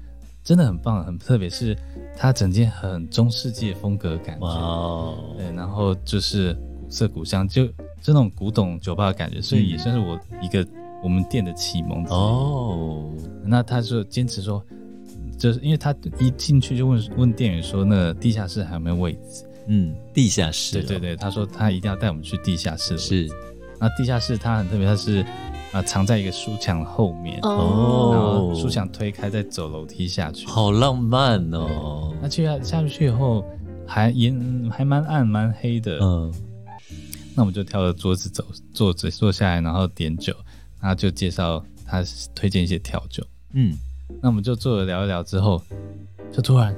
Speaker 3: 真的很棒，很特别，是它整间很中世纪的风格的感
Speaker 2: 哇
Speaker 3: 觉，
Speaker 2: 哦，
Speaker 3: 对，然后就是古色古香，就就那种古董酒吧的感觉，所以也算是我一个我们店的启蒙之
Speaker 2: 嗯
Speaker 3: 一。
Speaker 2: 哦，
Speaker 3: 那他就坚持说，就是因为他一进去就问问店员说，那地下室还有没有位置？
Speaker 2: 嗯，地下室哦、
Speaker 3: 对对对，他说他一定要带我们去地下室。，
Speaker 2: 是
Speaker 3: 那地下室它很特别，它是啊、藏在一个书墙后面，
Speaker 1: 哦，
Speaker 3: 然后书墙推开再走楼梯下去。
Speaker 2: 好浪漫哦。
Speaker 3: 那去下下去以后，还也嗯还蛮暗蛮黑的。
Speaker 2: 嗯，
Speaker 3: 那我们就挑了桌子走，坐着坐下来，然后点酒，然后就介绍他推荐一些调酒。
Speaker 2: 嗯，
Speaker 3: 那我们就坐着聊一聊之后，就突然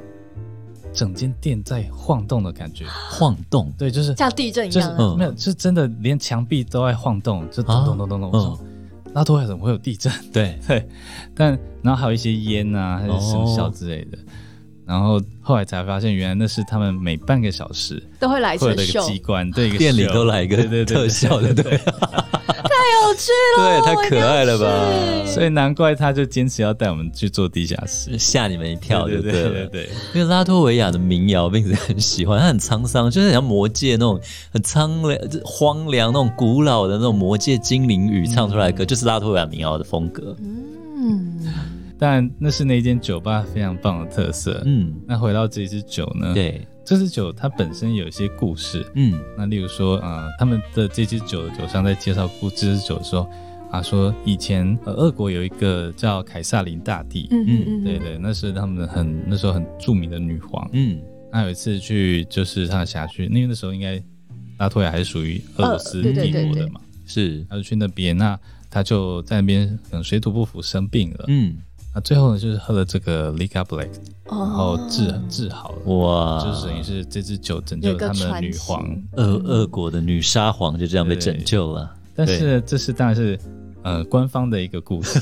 Speaker 3: 整间店在晃动的感觉，
Speaker 2: 晃动，
Speaker 3: 对，就是
Speaker 1: 像地震一
Speaker 3: 就是
Speaker 1: 样啊。
Speaker 2: 嗯
Speaker 3: 没有，是真的连墙壁都在晃动，就
Speaker 2: 啊
Speaker 3: 咚咚咚咚咚。我说拉脱维亚怎么会有地震？
Speaker 2: 对，
Speaker 3: 对，但然后还有一些烟啊，还有什么笑之类的。然后后来才发现，原来那是他们每半个小时
Speaker 1: 都会来一
Speaker 3: 会有
Speaker 1: 场
Speaker 3: 那个
Speaker 1: 秀，
Speaker 3: 机关，对，一个
Speaker 2: 店里
Speaker 3: 秀
Speaker 2: 都来一
Speaker 3: 对对
Speaker 2: 个
Speaker 3: 对
Speaker 2: 特效，对不对？
Speaker 1: 太有趣了，
Speaker 2: 对，太
Speaker 1: 我一定
Speaker 2: 可
Speaker 1: 要
Speaker 2: 爱了吧！
Speaker 1: 去
Speaker 3: 所以难怪他就坚持要带我们去做地下室。
Speaker 2: 吓你们一跳就
Speaker 3: 对对
Speaker 2: 了。
Speaker 3: 对对，
Speaker 2: 因为拉脱维亚的民谣，我一直很喜欢，它很沧桑，就是很像魔界那种很苍凉、就是荒凉那种古老的那种魔界精灵语唱出来的歌，就是拉脱维亚民谣的风格。
Speaker 1: 嗯，
Speaker 3: 但那是那间酒吧非常棒的特色。
Speaker 2: 嗯，
Speaker 3: 那回到这支酒呢？，
Speaker 2: 对，
Speaker 3: 这支酒它本身有一些故事。
Speaker 2: 嗯，
Speaker 3: 那例如说，啊，他们的这支酒的酒商在介绍故这支酒的时候，啊，说以前呃，俄国有一个叫凯撒琳大帝，
Speaker 1: 嗯嗯嗯，
Speaker 3: 对对，那是他们的很那时候很著名的女皇。
Speaker 2: 嗯，
Speaker 3: 那有一次去就是她的辖区，因为那时候应该拉脱维亚还是属于俄罗斯
Speaker 1: 呃对对
Speaker 3: 帝
Speaker 1: 对
Speaker 3: 国
Speaker 1: 对
Speaker 3: 的嘛，
Speaker 2: 是，
Speaker 3: 他就去那边，那他就在那边可能水土不服生病了。
Speaker 2: 嗯，
Speaker 3: 那最后呢，就是喝了这个 Liga Black，
Speaker 1: 哦，
Speaker 3: 然
Speaker 1: 然
Speaker 3: 后治、治好了，
Speaker 2: 哇，
Speaker 3: 就是等于是这支酒拯救
Speaker 1: 有
Speaker 3: 了
Speaker 1: 一个
Speaker 3: 他们的
Speaker 1: 传
Speaker 3: 女
Speaker 1: 奇
Speaker 3: 皇。
Speaker 2: 俄俄国的女沙皇就这样被
Speaker 3: 对
Speaker 2: 拯救了。
Speaker 3: 但是这是当然是呃官方的一个故事。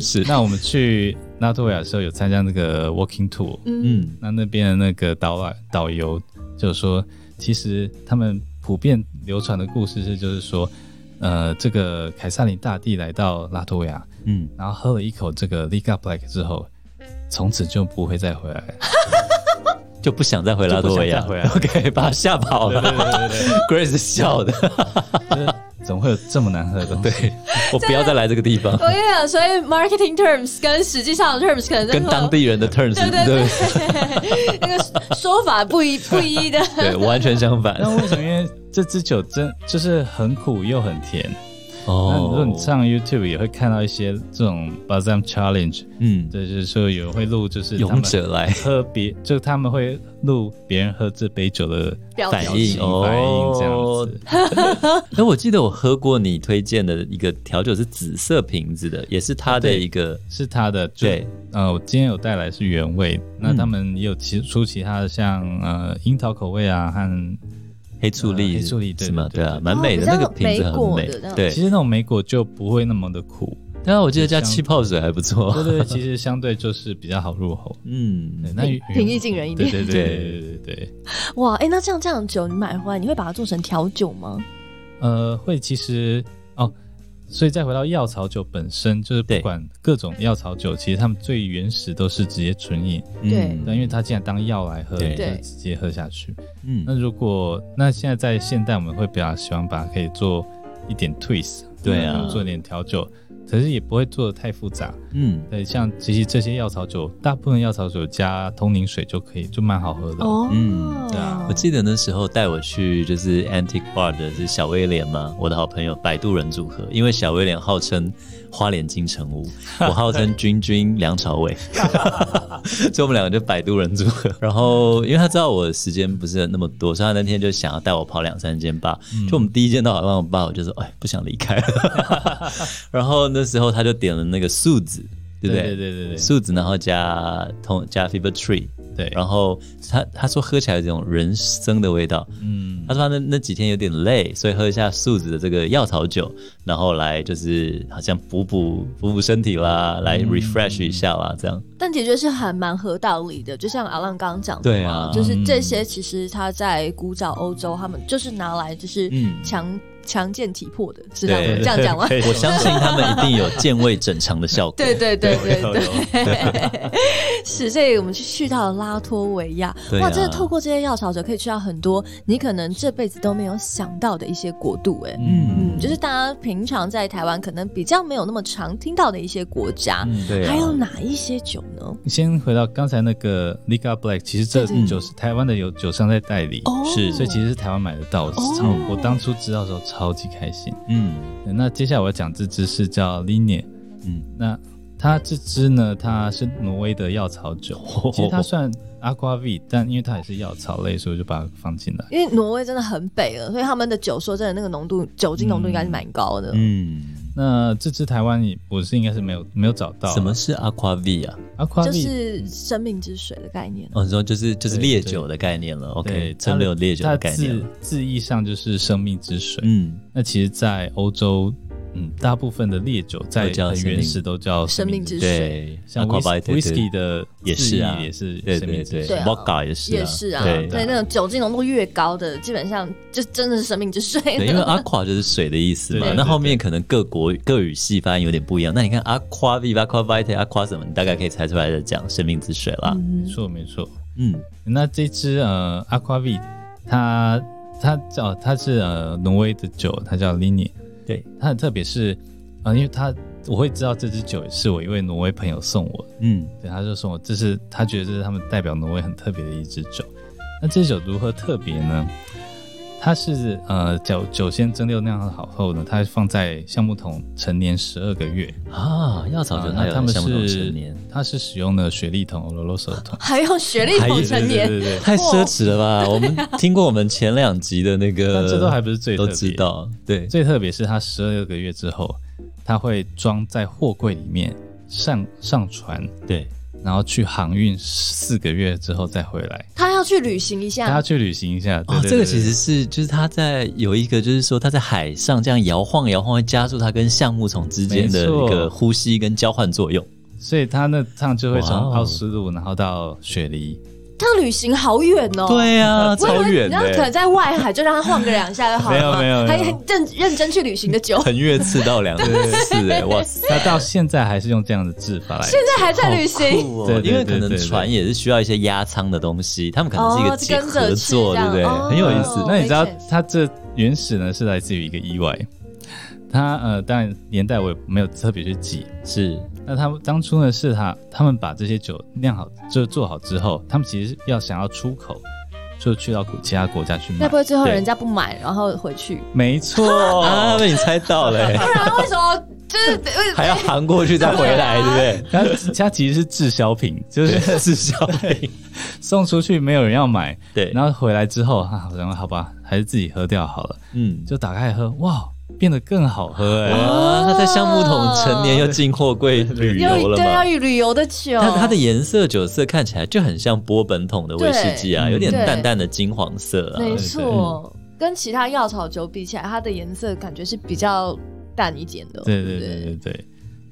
Speaker 1: 是，
Speaker 3: 那我们去拉脱维亚的时候有参加那个 Walking Tour，
Speaker 1: 嗯
Speaker 2: 嗯，
Speaker 3: 那那边的那个导览导游就说，其实他们普遍流传的故事是，就是说，呃，这个凯撒琳大帝来到拉脱维亚，
Speaker 2: 嗯，
Speaker 3: 然后喝了一口这个 Liga Black 之后，从此就不会再回来了。
Speaker 2: 就不想再回拉脱维亚
Speaker 3: 就不想再
Speaker 2: *laughs*
Speaker 3: 回
Speaker 2: OK，把他吓跑了。
Speaker 3: 对对
Speaker 2: Grace 笑的，
Speaker 3: 对，怎么会有 *laughs* 这么难喝的东西？
Speaker 2: 我不要再来这个地
Speaker 1: *laughs*
Speaker 2: 方，
Speaker 1: 哦我跟你讲，所以 marketing terms 跟实际上的 terms 可能
Speaker 2: 跟当地人的 turns
Speaker 1: 对对对， *laughs* 那个说法不一不一的，
Speaker 2: 对完全相反。
Speaker 3: 那为什么？因为这支酒真就是很苦又很甜。那如果
Speaker 2: 哦
Speaker 3: 你上 YouTube 也会看到一些这种 b a z a m Challenge，
Speaker 2: 嗯，
Speaker 3: 对，就是说有人会录，就是他
Speaker 2: 勇
Speaker 3: 们
Speaker 2: 者来
Speaker 3: 喝别，就他们会录别人喝这杯酒的
Speaker 1: 表
Speaker 2: 反
Speaker 1: 情
Speaker 2: 应
Speaker 3: 情反应这
Speaker 2: 哦
Speaker 3: 样子。
Speaker 2: 那哎我记得我喝过你推荐的一个调酒是紫色瓶子的，也是它的一个
Speaker 3: 是他的，就
Speaker 2: 对，
Speaker 3: 呃，我今天有带来是原味，那他们也有其出其他的像呃樱桃口味啊和
Speaker 2: 黑醋栗，
Speaker 3: 呃黑醋栗对
Speaker 2: 是吗？
Speaker 3: 对
Speaker 2: 对
Speaker 3: 对
Speaker 2: 啊，蛮美的
Speaker 1: 哦比较
Speaker 2: 那个瓶子很
Speaker 1: 莓果的那
Speaker 2: 美，
Speaker 1: 种
Speaker 2: 对
Speaker 3: 其。实那种梅果就不会那么的苦，
Speaker 2: 但我记得加
Speaker 3: 香
Speaker 2: 气泡水还不错
Speaker 3: 对。对，对其实相对就是比较好入口。对 *laughs*
Speaker 2: 嗯，
Speaker 3: 那
Speaker 1: 平
Speaker 3: 原
Speaker 1: 平易近人一点
Speaker 3: 对对对对对对对，
Speaker 1: 哇，哎，那这样这样的酒你买回来，你会把它做成调酒吗？
Speaker 3: 呃，会其实哦，所以再回到药草酒本身，就是不
Speaker 2: 对
Speaker 3: 管各种药草酒，其实他们最原始都是直接纯饮，
Speaker 2: 嗯
Speaker 1: 对
Speaker 3: 但因为它既然当药来喝，
Speaker 2: 对
Speaker 3: 就
Speaker 1: 对
Speaker 3: 直接喝下去。
Speaker 2: 嗯
Speaker 3: 那如果那现在在现代，我们会比较喜欢把它可以做一点 twist，
Speaker 2: 对啊
Speaker 3: 嗯做一点调酒，可是也不会做的太复杂。
Speaker 2: 嗯，
Speaker 3: 对，像其实这些药草酒，大部分药草酒加通灵水就可以，就蛮好喝的。
Speaker 1: 哦，
Speaker 2: 嗯
Speaker 1: 对啊
Speaker 2: 我记得那时候带我去就是 Antique Bar 的是小威廉嘛，我的好朋友摆渡人组合，因为小威廉号称花莲金城 *laughs* 屋，我号称君君梁朝 *laughs* 伟，所以我们两个就摆渡人组合。然后因为他知道我的时间不是那么多，所以他那天就想要带我跑两三间吧。就我们第一间到好像我 *laughs* 爸我就说哎不想离开了，然后那时候他就点了那个素子。对不
Speaker 3: 对
Speaker 2: 对？
Speaker 3: 对对对对
Speaker 2: 素子，然后加通加 fever tree，
Speaker 3: 对，
Speaker 2: 然后他他说喝起来有这种人参的味道，
Speaker 3: 嗯
Speaker 2: 他说他那那几天有点累，所以喝一下素子的这个药草酒，然后来就是好像补补补补身体啦，
Speaker 3: 嗯
Speaker 2: 来 refresh 一下啦，这样
Speaker 1: 但的确是还蛮合道理的，就像阿浪刚刚讲的
Speaker 2: 对
Speaker 1: 嘛，
Speaker 2: 啊
Speaker 1: 就是这些其实他在古早欧洲，他们就是拿来就是
Speaker 2: 嗯
Speaker 1: 强、强健体魄的，是这样
Speaker 2: 对
Speaker 1: 这样讲
Speaker 2: *laughs*
Speaker 1: 吗？
Speaker 3: 可以
Speaker 2: 我相信他们一定有健胃整肠的效果。
Speaker 1: *laughs* 对对对对
Speaker 3: 有
Speaker 1: 对，
Speaker 3: 有
Speaker 1: *laughs* 是，所以我们去去到了拉脱维亚，
Speaker 2: 对啊
Speaker 1: 哇，真的透过这些药草者可以去到很多你可能这辈子都没有想到的一些国度、哎、
Speaker 2: 嗯
Speaker 1: 嗯，就是大家平常在台湾可能比较没有那么常听到的一些国家，
Speaker 3: 嗯
Speaker 2: 对啊
Speaker 1: 还有哪一些酒呢？
Speaker 3: 先回到刚才那个 Liga Black，其实这
Speaker 1: 对对
Speaker 3: 酒是台湾的有酒商在代理，
Speaker 1: 哦，
Speaker 2: 是
Speaker 3: 所以其实是台湾买得到的。
Speaker 1: 哦
Speaker 3: 超我当初知道的时候超级开心。
Speaker 2: 嗯
Speaker 3: 对那接下来我要讲这支是叫 Linie，
Speaker 2: 嗯，
Speaker 3: 那它这支呢，它是挪威的药草
Speaker 2: *laughs*
Speaker 3: 酒，其实它算 Aqua V，但因为它也是药草类，所以我就把它放进来。
Speaker 1: 因为挪威真的很北了，所以他们的酒说真的那个浓度，酒精浓度应该是蛮高的。
Speaker 2: 嗯，
Speaker 3: 那这支台湾也我是应该是没有没有找到啊
Speaker 2: 什么是 aqua v 啊？
Speaker 3: Aqua
Speaker 1: 就
Speaker 3: V，
Speaker 1: 是生命之水的概念，啊
Speaker 2: 哦，你说就是就是
Speaker 3: 对
Speaker 2: 烈酒的概念了，OK，
Speaker 3: 对，
Speaker 2: 蒸馏烈酒
Speaker 3: 它
Speaker 2: 的
Speaker 3: 的
Speaker 2: 概念
Speaker 3: 字
Speaker 2: 了，
Speaker 3: 字义上就是生命之水。
Speaker 2: 嗯，
Speaker 3: 那其实，在欧洲，嗯，大部分的烈酒在
Speaker 2: 都叫
Speaker 3: 很
Speaker 2: 生命
Speaker 3: 原始都叫
Speaker 1: 生命之
Speaker 3: 之，
Speaker 1: 水。
Speaker 2: 对，
Speaker 3: 像
Speaker 2: aqua v
Speaker 3: whisky whisky 的
Speaker 2: 也是啊
Speaker 3: 字义也是
Speaker 2: 对
Speaker 3: 生
Speaker 2: 对
Speaker 3: 命之
Speaker 2: 对
Speaker 3: 水
Speaker 1: 对啊
Speaker 2: ，vodka 也是啊，
Speaker 1: 也是啊，
Speaker 2: 对
Speaker 1: 对那种酒精浓度越高的，基本上就真的是生命之水
Speaker 2: 对，因为 aqua 就是水的意思
Speaker 3: 对
Speaker 2: 嘛。
Speaker 3: 对
Speaker 2: 那
Speaker 3: 对
Speaker 2: 后面可能各国各语系发音有点不一样。那你看 aqua v aqua vitae aqua 什么，你大概可以猜出来的讲生命之水啦。
Speaker 1: 嗯
Speaker 3: 没错没错。
Speaker 2: 嗯
Speaker 3: 那这支呃 Aqua V，它它叫它是呃挪威的酒，它叫 Linny，
Speaker 2: 对，
Speaker 3: 它很特别是啊、呃因为它我会知道这支酒是我一位挪威朋友送我的，
Speaker 2: 嗯
Speaker 3: 对，他就送我，这是他觉得这是他们代表挪威很特别的一支酒。那这支酒如何特别呢？它是呃酒酒先蒸馏酿好后呢，它放在橡木桶陈年十二个月，
Speaker 2: 啊，药草酒
Speaker 3: 啊
Speaker 2: 它
Speaker 3: 那他
Speaker 2: 有
Speaker 3: 们
Speaker 2: 像不同
Speaker 3: 是
Speaker 2: 成年，
Speaker 3: 它是使用了雪莉桶、欧罗罗索
Speaker 1: *laughs*
Speaker 3: 桶，
Speaker 1: 还有雪莉桶成
Speaker 3: 对
Speaker 1: 年，
Speaker 3: 对对。
Speaker 2: 太奢侈了吧？我们听过我们前两集的那个，
Speaker 3: *laughs* 但这都还不是最
Speaker 2: 都
Speaker 3: 特别
Speaker 2: 知道，对，
Speaker 3: 最特别是它十二个月之后，它会装在货柜里面上上船，
Speaker 2: 对，
Speaker 3: 然后去航运四个月之后再回来，
Speaker 1: 他要去旅行一
Speaker 3: 大家
Speaker 1: 下，
Speaker 3: 去旅行一下。对
Speaker 2: 哦，
Speaker 3: 对
Speaker 2: 这个
Speaker 3: 对
Speaker 2: 其实是就是它在有一个就是说它在海上这样摇晃摇晃，会加速它跟橡木桶之间的
Speaker 3: 没错
Speaker 2: 一个呼吸跟交换作用。
Speaker 3: 对所以他那趟就会从
Speaker 2: 哇哦
Speaker 3: 奥斯陆，然后到雪梨，
Speaker 1: 他旅行好远哦。。
Speaker 2: 对啊，
Speaker 1: 我以
Speaker 2: 超
Speaker 1: 为
Speaker 2: 远
Speaker 1: 你让
Speaker 2: 的
Speaker 1: 可能
Speaker 2: 欸，
Speaker 1: 在外海就让他晃个两下就好了嘛，
Speaker 3: *laughs* 没有没有
Speaker 1: 还
Speaker 3: 没有
Speaker 1: 很认认真去旅行的酒，
Speaker 3: *laughs*
Speaker 2: 横越赤道两次， *laughs* 哎，哇塞！
Speaker 3: 他到现在还是用这样的制法来。
Speaker 1: 现在还在旅行，
Speaker 2: 酷哦
Speaker 3: 对对对
Speaker 2: 因为可
Speaker 3: 对
Speaker 2: 能
Speaker 3: 对对
Speaker 2: 船也是需要一些压舱的东西，他们可能是一
Speaker 1: 哦
Speaker 2: 个结
Speaker 1: 跟着
Speaker 2: 合
Speaker 1: 去
Speaker 2: 作，
Speaker 1: 这
Speaker 2: 对
Speaker 1: 样哦
Speaker 2: 不对？很有意思
Speaker 1: 哦。
Speaker 3: 那你知道
Speaker 1: make sense
Speaker 3: 它这原始呢是来自于一个意外，它呃当然年代我也没有特别去记，
Speaker 2: 是
Speaker 3: 那他们当初呢，是他他们把这些酒酿好，就做好之后，他们其实要想要出口，就去到其他国家去
Speaker 1: 该
Speaker 3: 卖
Speaker 1: 不。会最后
Speaker 2: 对
Speaker 1: 人家不买，然后回去？
Speaker 3: 没错，
Speaker 1: *laughs*
Speaker 2: 啊，被你猜到了 *laughs* 欸，
Speaker 1: 不然为什么就是呃
Speaker 2: 还要航过去再回来，对不
Speaker 3: 它它其实是滞销品，就是
Speaker 2: 对？滞销品，
Speaker 3: 送出去没有人要买，
Speaker 2: 对，
Speaker 3: 然后回来之后，啊，然后好吧，还是自己喝掉好了，
Speaker 2: 嗯，
Speaker 3: 就打开来喝，哇，变得更好喝哎、
Speaker 2: 哇，他在橡木桶成年又进货柜旅游
Speaker 1: 又
Speaker 2: 了
Speaker 1: 对要
Speaker 2: 嘛？
Speaker 1: 旅游的酒？
Speaker 2: 它它的颜色酒色看起来就很像波本桶的威士忌啊，
Speaker 3: 对
Speaker 2: 有点
Speaker 1: 嗯
Speaker 2: 淡淡的金黄色啊。
Speaker 1: 没错，
Speaker 3: 嗯
Speaker 1: 跟其他药草酒比起来，它的颜色感觉是比较淡一点的。
Speaker 3: 对
Speaker 1: 对
Speaker 3: 对
Speaker 1: 不
Speaker 3: 对对对。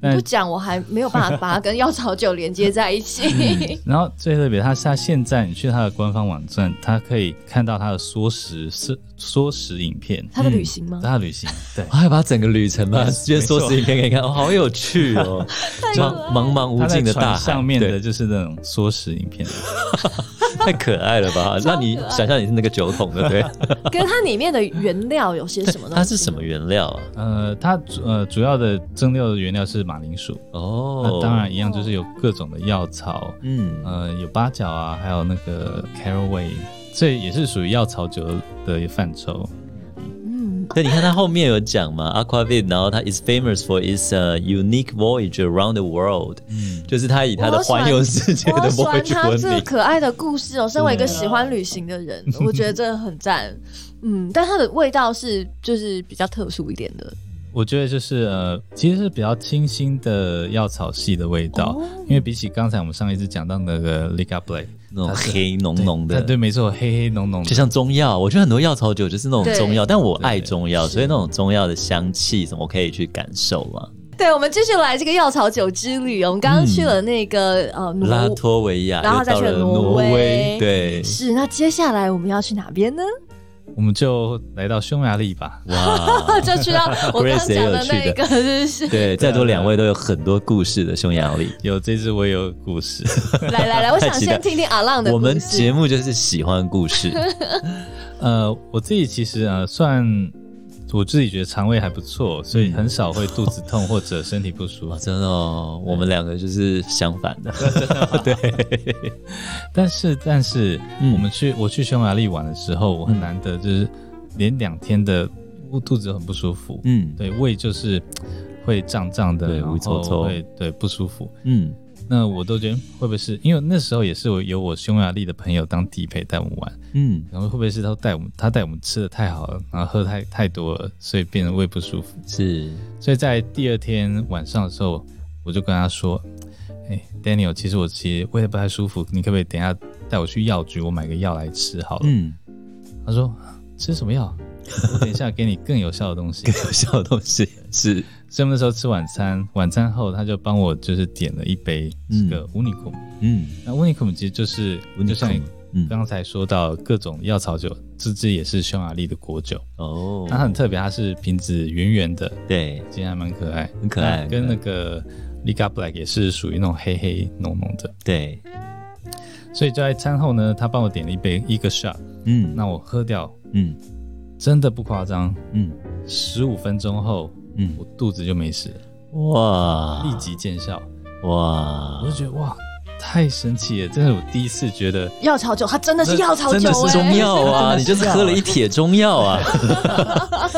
Speaker 1: 你
Speaker 3: 但
Speaker 1: 不讲我还没有办法把它跟药草酒连接在一
Speaker 3: *laughs*
Speaker 1: 起。 *laughs* 嗯
Speaker 3: 然后最特别，它是它现在你去它的官方网站，它可以看到它的缩时缩缩时影片，
Speaker 1: 它的旅行吗？
Speaker 2: 嗯
Speaker 3: 它的旅行对。
Speaker 2: 我还把整个旅程吧，直接缩时影片给你看，哦，好有趣
Speaker 1: *laughs*
Speaker 2: 哦！
Speaker 1: 可
Speaker 2: 茫
Speaker 1: 爱了
Speaker 2: 茫茫无
Speaker 3: 它在
Speaker 2: 尽的大
Speaker 3: 船
Speaker 2: 海，
Speaker 3: 上面
Speaker 2: 对
Speaker 3: 的就是那种缩时影片，
Speaker 2: *laughs* 太可爱了
Speaker 1: *laughs*
Speaker 2: 吧？让你想象你是那个酒桶，对不对？
Speaker 1: 跟它里面的原料有些什么东西？
Speaker 2: 它是什么？原料啊？
Speaker 3: 呃，它主呃主要的蒸馏的原料是马铃薯，
Speaker 2: 哦
Speaker 1: 啊
Speaker 3: 那，当然一样就是有各种的药草，
Speaker 2: 嗯，
Speaker 3: 呃，有八角啊，还有那个 caraway，这也是属于药草酒的范畴。
Speaker 2: *laughs*
Speaker 1: 嗯，
Speaker 2: 对，你看它后面有讲嘛，Aquavit，然后它 is famous for its、uh, unique voyage around the world，嗯，就是它以它的
Speaker 1: 我喜欢
Speaker 2: 环游世界
Speaker 1: 我好
Speaker 2: 的
Speaker 1: 喜欢
Speaker 2: voyage
Speaker 1: 它
Speaker 2: 闻
Speaker 1: 这个
Speaker 2: 名。
Speaker 1: 可爱的故事哦。身为一个
Speaker 2: 啊
Speaker 1: 喜欢旅行的人，
Speaker 2: *laughs*
Speaker 1: 我觉得真的很赞。嗯，但它的味道是就是比较特殊一点的。
Speaker 3: 我觉得就是呃，其实是比较清新的药草系的味道，
Speaker 1: 哦
Speaker 3: 因为比起刚才我们上一次讲到那个 Liga Black，
Speaker 2: 那种
Speaker 3: 它是
Speaker 2: 黑浓浓的
Speaker 3: 它，对，没错，黑黑浓浓
Speaker 2: 就
Speaker 3: 的，
Speaker 2: 像中药，我觉得很多药草酒就是那种
Speaker 1: 对
Speaker 2: 中药，但我
Speaker 3: 对
Speaker 2: 爱中药，所以那种中药的香气什么我可以去感受嘛。
Speaker 1: 对，我们继续来这个药草酒之旅。我们刚刚去了那个、呃挪
Speaker 2: 嗯拉脱维亚，
Speaker 1: 然后
Speaker 2: 又
Speaker 1: 再
Speaker 2: 到
Speaker 1: 去了
Speaker 2: 了
Speaker 1: 挪
Speaker 2: 挪
Speaker 1: 威
Speaker 2: 对，
Speaker 1: 是，那接下来我们要去哪边呢？
Speaker 3: 我们就来到匈牙利吧。
Speaker 1: *laughs*
Speaker 2: 哇，
Speaker 1: 就去
Speaker 2: *laughs*
Speaker 1: 到我刚刚
Speaker 2: 哦 Grace 也
Speaker 1: 讲
Speaker 2: 有
Speaker 1: 的
Speaker 2: 去
Speaker 1: 那
Speaker 2: 的
Speaker 1: 个，就是
Speaker 2: *laughs* 对，在座两位都有很多故事的匈牙利。
Speaker 3: 有这支我也有故
Speaker 2: *laughs*
Speaker 3: 事，
Speaker 1: 来来来，我想
Speaker 2: 太期待
Speaker 1: 先听听阿浪的
Speaker 2: 我们
Speaker 1: 故
Speaker 2: 节
Speaker 1: 事。
Speaker 2: 目就是喜欢
Speaker 1: *laughs*
Speaker 2: 故事，
Speaker 3: 呃，我自己其实呃算我自己觉得肠胃还不错，所以很少会肚子痛或者身体不舒
Speaker 2: 哇，
Speaker 3: 服。
Speaker 2: 真的哦，我们两个就是相反
Speaker 3: *laughs*
Speaker 2: 的，
Speaker 3: 但是但是、
Speaker 2: 嗯
Speaker 3: 我们去我去匈牙利玩的时候，我很难得就是连两天的肚子很不舒服，
Speaker 2: 嗯
Speaker 3: 对胃就是会胀胀的，
Speaker 2: 对
Speaker 3: 然
Speaker 2: 胃抽
Speaker 3: 后
Speaker 2: 抽
Speaker 3: 会对不舒服。
Speaker 2: 嗯，
Speaker 3: 那我都觉得会不会是因为那时候也是我有我匈牙利的朋友当地陪带我们玩，
Speaker 2: 嗯，
Speaker 3: 然后会不会是他带我们他带我们吃的太好了，然后喝太太多了，所以变得胃不舒服。
Speaker 2: 是，
Speaker 3: 所以在第二天晚上的时候，我就跟他说：“哎、d a n i e l 其实我其实胃不太舒服，你可不可以等一下带我去药局，我买个药来吃好了？”
Speaker 2: 嗯，
Speaker 3: 他说：“吃什么药？我等一下给你更有效的东
Speaker 2: *laughs*
Speaker 3: 西。”
Speaker 2: 有效的东西是，
Speaker 3: 所以我们那时候吃晚餐，晚餐后他就帮我就是点了一杯这个 Unicum。
Speaker 2: 嗯，
Speaker 3: 那 Unicum 其实就是就像你
Speaker 2: 嗯，
Speaker 3: 刚才说到各种药草酒，这支也是匈牙利的国酒，
Speaker 2: 哦，
Speaker 3: 它很特别，它是瓶子圆圆的，
Speaker 2: 对，
Speaker 3: 其实哎还蛮可爱，
Speaker 2: 很可爱
Speaker 3: 那跟
Speaker 2: 很可
Speaker 3: 那
Speaker 2: 爱
Speaker 3: 个 Liga Black 也是属于那种黑黑浓浓的，
Speaker 2: 对，
Speaker 3: 所以就在餐后呢，他帮我点了一杯一个 shot，
Speaker 2: 嗯，
Speaker 3: 那我喝掉，
Speaker 2: 嗯，
Speaker 3: 真的不夸张，
Speaker 2: 嗯，
Speaker 3: 十五分钟后，
Speaker 2: 嗯
Speaker 3: 我肚子就没事了，
Speaker 2: 哇，
Speaker 3: 立即见效，
Speaker 2: 哇
Speaker 3: 我就，觉得哇，太神奇了，真是我第一次觉得
Speaker 1: 药草酒，它真的是药草酒、
Speaker 3: 真的是
Speaker 1: 哎，
Speaker 2: 中药
Speaker 1: *laughs*
Speaker 2: 啊，
Speaker 3: 真的
Speaker 2: 你
Speaker 3: 是
Speaker 2: 就是
Speaker 3: 药啊
Speaker 2: 喝了一铁中药啊，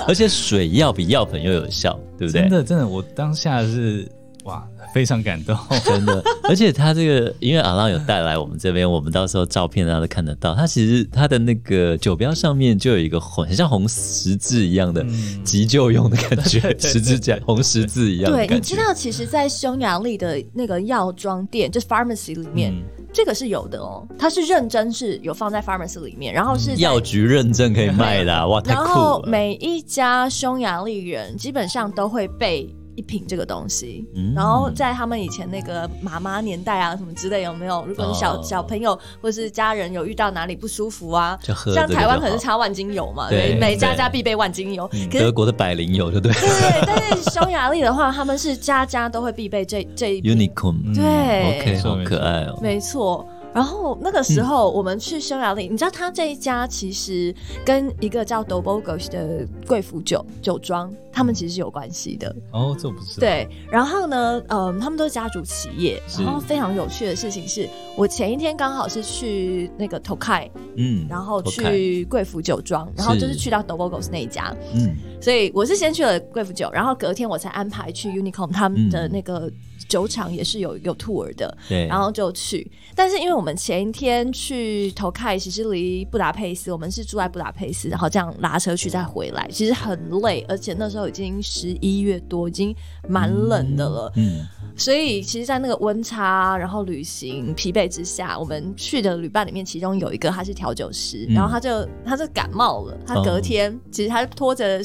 Speaker 2: 而且水药比药粉又有效，对不对
Speaker 3: 真？的真的，我当下是哇，非常感动，
Speaker 2: 真的， *laughs* 而且它这个，因为阿浪有带来我们这边，我们到时候照片大家啊都看得到。它其实它的那个酒标上面就有一个红，很像红十字一样的
Speaker 3: 嗯
Speaker 2: 急救用的感觉，
Speaker 3: *laughs* 对
Speaker 2: 十字架红十字一样的
Speaker 1: 对，你
Speaker 2: 感
Speaker 1: 知
Speaker 2: 觉。
Speaker 1: 道，其实，在匈牙利的那个药妆店，就是 pharmacy 里面，
Speaker 3: 嗯
Speaker 1: 这个是有的哦，它是认真是有放在 pharmacy 里面，然后是在
Speaker 2: 嗯药局认证可以卖的啊、哇，太
Speaker 1: 然
Speaker 2: 酷
Speaker 1: 后
Speaker 2: 了！
Speaker 1: 每一家匈牙利人基本上都会备一瓶这个东西，
Speaker 2: 嗯
Speaker 1: 然后在他们以前那个妈妈年代啊什么之类，有没有？如果你小、
Speaker 2: 哦
Speaker 1: 小朋友或是家人有遇到哪里不舒服啊
Speaker 2: 就喝，这
Speaker 1: 像
Speaker 2: 个
Speaker 1: 台湾
Speaker 2: 就
Speaker 1: 可能
Speaker 2: 好
Speaker 1: 是擦万金油嘛，
Speaker 2: 对
Speaker 1: 每每家
Speaker 2: 对嗯
Speaker 1: 家必备万金油，可
Speaker 2: 德
Speaker 1: 是。
Speaker 2: 国的百灵油就对 *laughs*
Speaker 1: 对对，但是匈牙利的话，他们是家家都会必备这这一瓶。嗯
Speaker 2: ，Unicorn，OK，、
Speaker 1: 对
Speaker 2: OK，
Speaker 3: 没错
Speaker 2: 好可爱哦。
Speaker 1: 没错。然后那个时候我们去匈牙利，你知道他这一家其实跟一个叫 Dobogos 的贵腐酒酒庄，他们其实是有关系的。
Speaker 3: 哦，这我不知道，，
Speaker 1: 对，然后呢，嗯，他们都是家族企业。
Speaker 2: 是
Speaker 1: 然后非常有趣的事情是，我前一天刚好是去那个 Tokai，
Speaker 2: 嗯，
Speaker 1: 然后
Speaker 2: OK，
Speaker 1: 去贵腐酒庄，然后就是去到 Dobogos 那一家。
Speaker 2: 嗯，
Speaker 1: 所以我是先去了贵腐酒，然后隔天我才安排去 Unicom 他们的那个酒厂也是有有 tour 的，
Speaker 2: 对，
Speaker 1: 然后就去。但是因为我们前一天去投开，其实离布达佩斯，我们是住在布达佩斯，然后这样拉车去再回来，其实很累，而且那时候已经十一月多，已经蛮冷的了。
Speaker 2: 嗯， *laughs*
Speaker 1: 所以其实，在那个温差，然后旅行疲惫之下，我们去的旅伴里面，其中有一个他是调酒师，
Speaker 2: 嗯哦
Speaker 1: 然后他就他就感冒了，他隔天、其实他拖着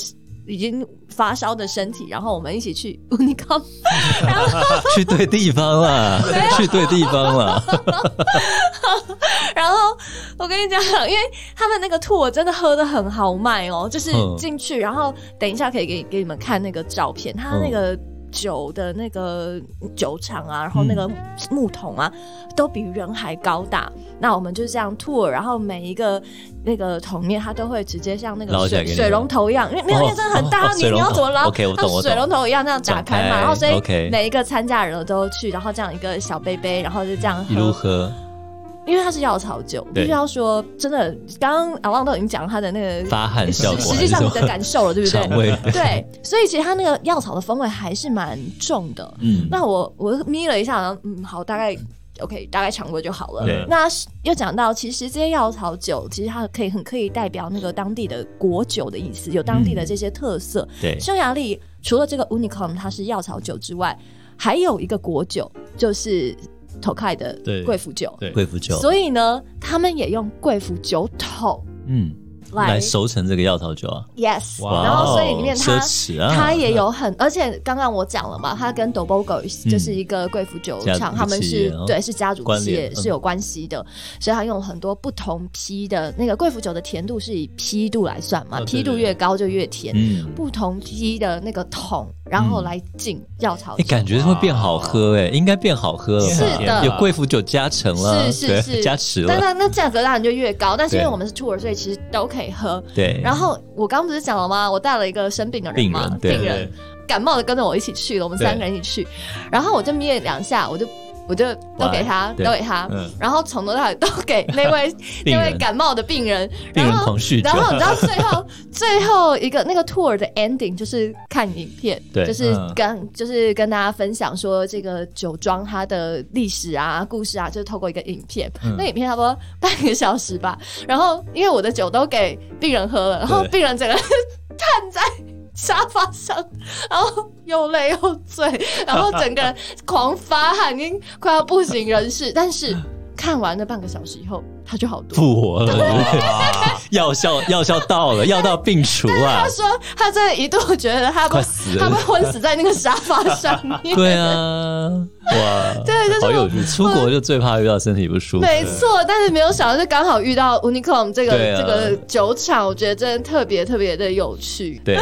Speaker 1: 已经发烧的身体，然后我们一起去 *laughs* Unicom
Speaker 2: 去对地方了，
Speaker 1: 啊
Speaker 2: 去对地
Speaker 1: *laughs*
Speaker 2: 方了，
Speaker 1: 然后我跟你讲，因为他们那个兔我真的喝的很豪迈哦，就是
Speaker 2: 嗯
Speaker 1: 进去，然后等一下可以给给你们看那个照片，它那个酒的那个酒厂啊，然后那
Speaker 2: 嗯
Speaker 1: 个木桶啊，都比人还高大。那我们就是这样 tour，然后每一个那个桶面，它都会直接像那
Speaker 2: 捞
Speaker 1: 个
Speaker 2: 起来
Speaker 1: 水
Speaker 2: 给你
Speaker 1: 水龙头一样，因为没有，
Speaker 2: 哦
Speaker 1: 因为真的很大，
Speaker 2: 哦
Speaker 1: 你
Speaker 2: 水
Speaker 1: 你
Speaker 2: 龙头
Speaker 1: 要怎么捞？
Speaker 2: OK，我懂
Speaker 1: 它
Speaker 2: 我懂
Speaker 1: 水龙头一样这样打开
Speaker 2: 展
Speaker 1: 嘛，
Speaker 2: 开
Speaker 1: 然后所以
Speaker 2: OK
Speaker 1: 每一个参加人都去，然后这样一个小杯杯，然后就这样
Speaker 2: 一路喝
Speaker 1: 因为它是药草酒，必
Speaker 2: 对
Speaker 1: 须要说真的，刚刚阿旺都已经讲他的那个
Speaker 2: 发汗效
Speaker 1: 实
Speaker 2: 果，
Speaker 1: 实际上你的感受了，对不
Speaker 2: 肠
Speaker 1: 对？
Speaker 2: 胃，
Speaker 1: *laughs* 对，所以其实它那个药草的风味还是蛮重的。
Speaker 2: 嗯，
Speaker 1: 那我我眯了一下，然后嗯，好，大概 OK，大概尝过就好了。
Speaker 2: 对
Speaker 1: 那是又讲到，其实这些药草酒，其实它可以很可以代表那个当地的国酒的意思，有当地的这些特色。
Speaker 2: 嗯对，
Speaker 1: 匈牙利除了这个 Unicom 它是药草酒之外，还有一个国酒就是头盖的
Speaker 3: 对
Speaker 1: 贵腐酒。
Speaker 3: 对，
Speaker 2: 贵腐酒，
Speaker 1: 所以呢，他们也用贵腐酒桶
Speaker 2: 嗯，来熟成这个药草酒啊，哦
Speaker 1: ，yes，
Speaker 3: 哇
Speaker 1: 然后所以里面
Speaker 2: 奢
Speaker 1: 它。
Speaker 2: 侈啊，
Speaker 1: 它也有很，而且刚刚我讲了嘛，它跟 d o b o g o
Speaker 2: 嗯
Speaker 1: 就是一个贵腐酒
Speaker 2: 家
Speaker 1: 厂，
Speaker 2: 族
Speaker 1: 他们
Speaker 2: 企业
Speaker 1: 是
Speaker 2: 哦
Speaker 1: 对是家族
Speaker 2: 关
Speaker 1: 企业
Speaker 2: 联嗯
Speaker 1: 是有关系的，所以它用很多不同批的那个贵腐酒的甜度是以批度来算嘛，
Speaker 3: 哦对
Speaker 1: 批度
Speaker 3: 对
Speaker 1: 越高就越甜，
Speaker 2: 嗯，
Speaker 1: 不同批的那个桶，然后来进药草
Speaker 2: 哎，
Speaker 1: 酒，
Speaker 2: 感觉会变好喝哎，应该变好喝了吧，
Speaker 1: 哦是的
Speaker 2: 有贵腐酒加成了，
Speaker 1: 是是
Speaker 2: 对
Speaker 1: 是
Speaker 2: 加持
Speaker 1: 但
Speaker 2: 了，
Speaker 1: 那那价格当然就越高，但是因为
Speaker 2: 对
Speaker 1: 我们是 tour，所以其实都可以喝。
Speaker 2: 对，
Speaker 1: 然后我刚不是讲了吗？我带了一个生病的人
Speaker 2: 病
Speaker 1: 嘛，
Speaker 2: 人对
Speaker 1: 病人感冒的跟着我一起去了，我们三个人一起去，然后我就眯了两下，我就我就都给他，
Speaker 2: 对
Speaker 1: 都给他，
Speaker 2: 嗯
Speaker 1: 然后从头到尾都给那位
Speaker 2: 病
Speaker 1: 那位
Speaker 2: 人
Speaker 1: 感冒的病人，
Speaker 2: 病人
Speaker 1: 然后
Speaker 2: 狂酗酒
Speaker 1: 然，后你知道最后 *laughs* 最后一个那个 tour 的 ending 就是看影片，
Speaker 2: 对
Speaker 1: 就是
Speaker 3: 嗯
Speaker 1: 跟、就是跟大家分享说这个酒庄它的历史啊、故事啊，就是透过一个影片。
Speaker 2: 嗯
Speaker 1: 那影片差不多半个小时吧。然后因为我的酒都给病人喝了，然后
Speaker 2: 对
Speaker 1: 病人整个瘫在沙发上，然后又累又
Speaker 2: *laughs*
Speaker 1: 醉，然后整个人狂发汗，已经快要不省人事。但是看完那半个小时以后，他就好多了。
Speaker 2: 复活了， *laughs* 药效药效到了，药到病除啊
Speaker 1: 他，说他真的一度觉得他
Speaker 2: 快
Speaker 1: 会
Speaker 2: 死了
Speaker 1: 他会昏死在那个沙发上 *laughs* 面。
Speaker 2: *laughs* 对啊，哇，
Speaker 1: 对就是
Speaker 2: 好有趣，出国就最怕遇到身体不舒服，
Speaker 1: 没错，但是没有想到，就刚好遇到 Unicom 这个、
Speaker 2: 对啊
Speaker 1: 这个酒厂，我觉得真的特别特别的有趣。 *laughs*
Speaker 2: 对，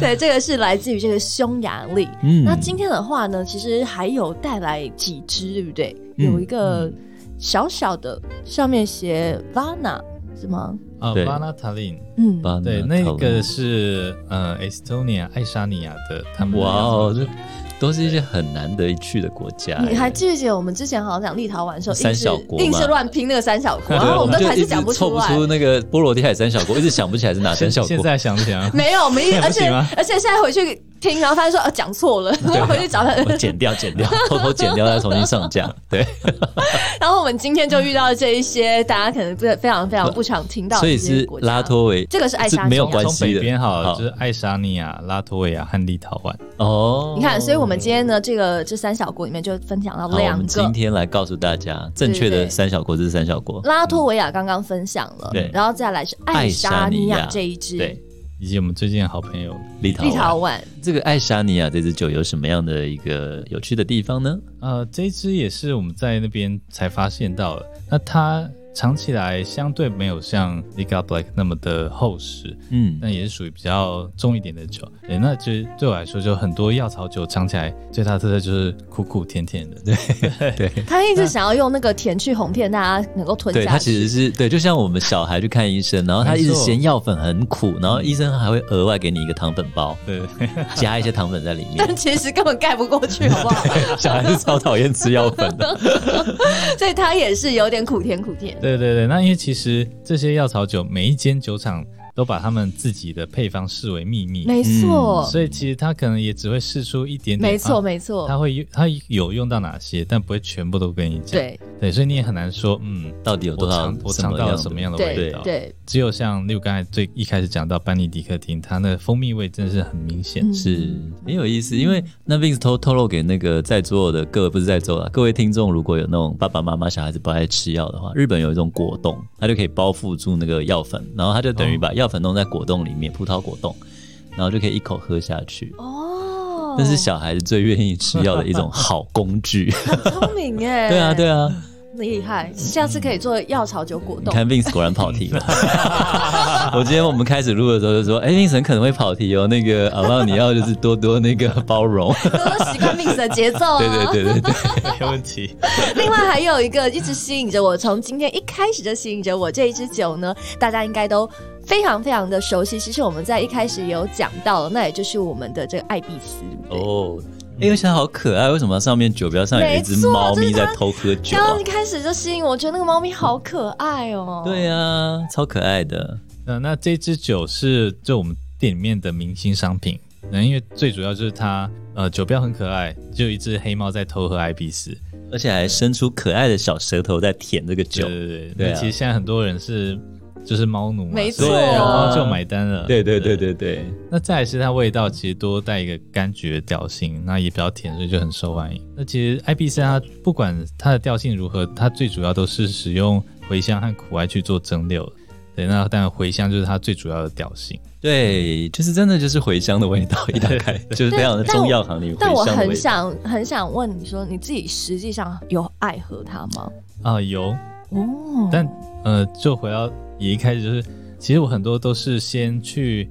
Speaker 1: 对，这个是来自于这个匈牙利。
Speaker 2: 嗯
Speaker 1: 那今天的话呢，其实还有带来几支，对不对？
Speaker 2: 嗯
Speaker 1: 有一个小小的，上面写 Vana 是吗？
Speaker 3: 啊
Speaker 2: 对
Speaker 3: v a n a t a l i n
Speaker 1: 嗯，
Speaker 2: 把
Speaker 3: 对，那
Speaker 2: 讨
Speaker 3: 个
Speaker 2: 论
Speaker 3: 是呃，Estonia 爱沙尼亚的，他们的
Speaker 2: 哇哦，
Speaker 3: 样子
Speaker 2: 这都是一些很难得一去的国家耶。
Speaker 1: 你还记不记得我们之前好像讲立陶宛的时候，
Speaker 2: 哎三
Speaker 1: 硬是
Speaker 2: 小国嘛
Speaker 1: 硬是乱拼那个三小国，
Speaker 2: *laughs* 对
Speaker 1: 然后我们都
Speaker 2: 就
Speaker 1: 还
Speaker 2: 一
Speaker 1: 是
Speaker 2: 直
Speaker 1: 讲不
Speaker 2: 凑
Speaker 1: 出
Speaker 2: 不
Speaker 1: 来。
Speaker 2: 出那个波罗的海三小国，我一直想不起来是哪三小
Speaker 3: *laughs* 现
Speaker 2: 国。
Speaker 3: 在想起来
Speaker 2: *laughs*
Speaker 3: 了
Speaker 1: 没有，我们一
Speaker 3: 现在
Speaker 1: 而
Speaker 3: 不
Speaker 1: 且
Speaker 3: 行吗
Speaker 1: 而且现在回去听，然后发现说呃讲错了，
Speaker 2: 啊
Speaker 1: 然后回去找他。
Speaker 2: 我剪掉，剪掉，偷偷剪掉，再重新上架。对，
Speaker 1: *laughs* 然后我们今天就遇到这一些大家可能不非常非常不常听到
Speaker 2: 所
Speaker 1: 的
Speaker 2: 以
Speaker 1: 一些
Speaker 2: 是
Speaker 1: 国家，
Speaker 2: 拉脱维，
Speaker 1: 这个是爱沙尼亚啊
Speaker 2: 没有关
Speaker 3: 从
Speaker 2: 系
Speaker 3: 北边
Speaker 2: 的。
Speaker 3: 好了，
Speaker 2: 好
Speaker 3: 就是爱沙尼亚、拉脱维亚和立陶宛。
Speaker 2: 哦，
Speaker 1: 你看，所以我们今天呢，这个这三小国里面就分享到
Speaker 2: 好，我
Speaker 1: 两
Speaker 2: 们今
Speaker 1: 个。
Speaker 2: 天来告诉大家，正确
Speaker 1: 对嗯
Speaker 2: 的
Speaker 1: 对
Speaker 2: 三小国这是三小国。
Speaker 1: 拉脱维亚刚刚分享了，
Speaker 2: 对
Speaker 1: 然后再来是爱沙尼亚这一支，
Speaker 2: 对，
Speaker 3: 以及我们最近的好朋友
Speaker 2: 立陶
Speaker 1: 立陶
Speaker 2: 宛。
Speaker 1: 宛，
Speaker 2: 这个爱沙尼亚这支酒有什么样的一个有趣的地方呢？
Speaker 3: 呃，这一支也是我们在那边才发现到了。那它尝起来相对没有像 Liga Black 那么的厚实，
Speaker 2: 嗯
Speaker 3: 那，也是属于比较重一点的酒。对，那就对我来说，就很多药草酒尝起来最大的特色就是苦苦甜甜的。对，
Speaker 1: 他一直想要用那个甜去哄骗大家能够吞
Speaker 2: 对，
Speaker 1: 下
Speaker 2: 它
Speaker 1: 去
Speaker 2: 其。实是对，就像我们小孩去看医生，然后他一直
Speaker 3: 没错
Speaker 2: 嫌药粉很苦，然后医生还会额外给你一个糖粉包，
Speaker 3: 对，
Speaker 2: 加一些糖粉在里面
Speaker 1: *laughs* 但。其实根本盖不过去，好不
Speaker 2: *laughs*
Speaker 1: 好？
Speaker 2: 小孩子超讨厌吃药粉的，
Speaker 1: 所以它也是有点苦甜苦甜。
Speaker 3: 对对对，那因为其实这些药草酒，每一间酒厂都把他们自己的配方视为秘
Speaker 2: 嗯
Speaker 3: 密，
Speaker 1: 没错，
Speaker 3: 所以其实他可能也只会试出一点点，
Speaker 1: 没错，
Speaker 3: 啊，
Speaker 1: 没错，
Speaker 3: 他会他有用到哪些，但不会全部都跟你讲。
Speaker 1: 对
Speaker 3: 对，所以你也很难说，嗯，
Speaker 2: 到底有
Speaker 3: 我
Speaker 2: 多少
Speaker 3: 尝我尝到了什么样的味
Speaker 1: 对
Speaker 3: 道？，
Speaker 1: 对，
Speaker 3: 只有像例如刚才最一开始讲到班尼迪克汀，它的蜂蜜味真的是很明
Speaker 1: *laughs*
Speaker 3: 显。
Speaker 1: 嗯
Speaker 2: 是很有意思，因为那 Vince 透透露给那个在座的各位不是在座啊，各位听众，如果有那种爸爸妈妈小孩子不爱吃药的话，日本有一种果冻，它就可以包覆住那个药粉，然后它就
Speaker 3: 哦
Speaker 2: 等于把药粉弄在果冻里面，葡萄果冻，然后就可以一口喝下去。
Speaker 1: 哦，
Speaker 2: 那是小孩子最愿意吃药的一种好工具。
Speaker 1: 聪明哎，
Speaker 2: *laughs* 对啊，对啊，
Speaker 1: 厉害，下次可以做药草酒果
Speaker 2: 你
Speaker 1: 冻。
Speaker 2: 看 Vince 果然跑题了。我今天我们开始录的时候就说，哎、v i n c e 很可能会跑题哦，那个阿旺你要就是多多那个包容。
Speaker 1: 都 *laughs* 习惯 mix 的节奏啊！
Speaker 2: *laughs* 对对对对对。
Speaker 3: 没问题。
Speaker 1: 另外还有一个一直吸引着我，从今天一开始就吸引着我这一支酒呢，大家应该都非常非常的熟悉。其实我们在一开始也有讲到了，那也就是我们的这个艾必斯。
Speaker 2: 哦，哎、我想好可爱，为什么上面酒标上有一只猫咪在偷喝酒
Speaker 1: 刚
Speaker 2: 啊
Speaker 1: 刚一？开始就吸引我，觉得那个猫咪好可爱哦。
Speaker 2: 对啊，超可爱的。
Speaker 3: 那那这支酒是就我们店里面的明星商品，那因为最主要就是它，呃，酒标很可爱，就有一只黑猫在偷喝艾比斯。
Speaker 2: 而且还伸出可爱的小舌头在舔这个酒。
Speaker 3: 对对对，
Speaker 2: 对啊
Speaker 3: 那其实现在很多人是就是猫奴嘛，
Speaker 1: 没错
Speaker 3: 所以有猫就买单了。
Speaker 2: 对对对对对，
Speaker 3: 那再来是它味道其实多带一个柑橘的调性，那也比较甜，所以就很受欢迎。那其实 IPC 它不管它的调性如何，它最主要都是使用茴香和苦艾去做蒸馏的。对，那当然茴香就是它最主要的调性。
Speaker 2: 对，就是真的就是茴香的味道，一打开就是非常的中药行里
Speaker 1: 但我
Speaker 2: 茴香的
Speaker 1: 很
Speaker 2: 味道。
Speaker 1: 想很想问你说，你自己实际上有爱喝它吗？
Speaker 3: 啊、有，
Speaker 1: 哦，
Speaker 3: 但呃，就回到也一开始就是，其实我很多都是先去，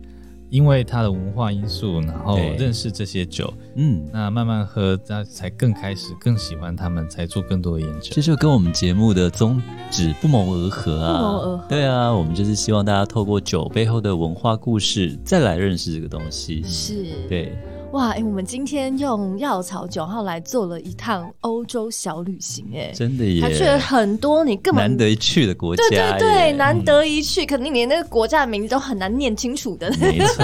Speaker 3: 因为它的文化因素，然后
Speaker 2: 对
Speaker 3: 认识这些酒，
Speaker 2: 嗯，
Speaker 3: 那慢慢喝，那才更开始更喜欢他们，才做更多的研究
Speaker 2: 这。就跟我们节目的宗旨不谋而合啊。
Speaker 1: 不谋而合
Speaker 2: 对啊，我们就是希望大家透过酒背后的文化故事，再来认识这个东西。
Speaker 1: 是
Speaker 2: 对，
Speaker 1: 哇、诶我们今天用药草九号来做了一趟欧洲小旅行、诶
Speaker 2: 真的
Speaker 1: 哎，
Speaker 2: 耶，
Speaker 1: 还去了很多你根本
Speaker 2: 难得一去的国家
Speaker 1: 对对对
Speaker 2: 耶，嗯
Speaker 1: 难得一去，肯定连那个国家的名字都很难念清楚的。
Speaker 2: 没
Speaker 1: *laughs*
Speaker 2: 错，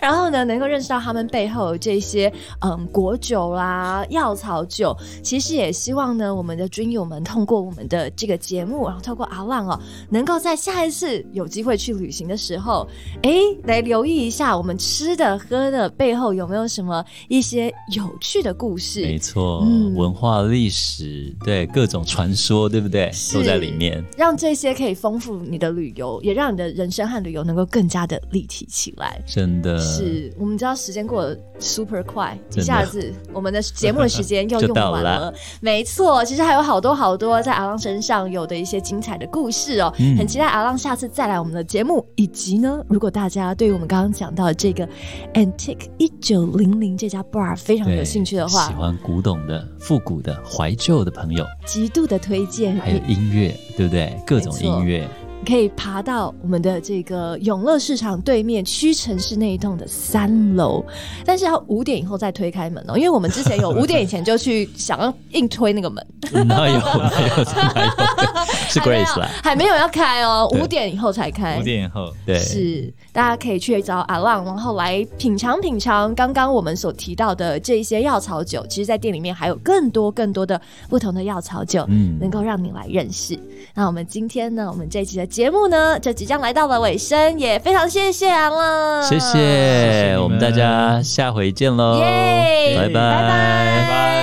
Speaker 1: 然后呢，能够认识到他们背后有这些嗯果酒啦、药草酒，其实也希望呢，我们的军友们通过我们的这个节目，然后透过阿浪哦，能够在下一次有机会去旅行的时候，哎，来留意一下我们吃的喝的背后有没有什么一些有趣的故
Speaker 2: 没
Speaker 1: 事。
Speaker 2: 错，
Speaker 1: 嗯
Speaker 2: 文化历史，对各种传说，对不对？
Speaker 1: 是
Speaker 2: 都在里面。
Speaker 1: 让这些可以丰富你的旅游，也让你的人生和旅游能够更加的立体起来。
Speaker 2: 真的，
Speaker 1: 是我们知道时间过得 super 快，
Speaker 2: 呃真
Speaker 1: 一
Speaker 2: 的
Speaker 1: 下子我们的节目的时间又
Speaker 2: 就
Speaker 1: 用
Speaker 2: 到
Speaker 1: 完
Speaker 2: 了
Speaker 1: 了。没错，其实还有好多好多在阿浪身上有的一些精彩的故事哦，
Speaker 2: 嗯
Speaker 1: 很期待阿浪下次再来我们的节目，以及呢，如果大家对于我们刚刚讲到的这个 Antique 一九零零这家 bar 非常
Speaker 2: 对
Speaker 1: 有兴趣的
Speaker 2: 喜
Speaker 1: 话，
Speaker 2: 欢古董的、复古的、怀旧的朋友，
Speaker 1: 极度的推荐
Speaker 2: 还有
Speaker 1: 你，
Speaker 2: 音乐，对不对？各种
Speaker 1: 嗯没错
Speaker 2: 音乐，
Speaker 1: 你可以爬到我们的这个永乐市场对面屈臣氏那一栋的三楼，但是要五点以后再推开门哦，因为我们之前有五点以前就去想要硬推那个门，
Speaker 2: *laughs* 哪有哪有哪有？
Speaker 1: *laughs*
Speaker 2: 是
Speaker 1: 还没有
Speaker 2: Grace 啦，
Speaker 1: 还没有要开哦，
Speaker 2: 对
Speaker 1: 五点以后才开
Speaker 3: 五。点以后，
Speaker 2: 对，
Speaker 1: 是，大家可以去找阿浪，然后来品尝品尝刚刚我们所提到的这一些药草酒。其实，在店里面还有更多更多的不同的药草酒，
Speaker 2: 嗯
Speaker 1: 能够让你来认识。那我们今天呢，我们这一期的节目呢，就即将来到了尾声，也非常谢谢阿浪，
Speaker 2: 谢
Speaker 3: 谢你
Speaker 2: 谢
Speaker 3: 们
Speaker 2: 我们大家，下回见喽，
Speaker 1: 耶
Speaker 2: 拜
Speaker 1: 拜
Speaker 2: 拜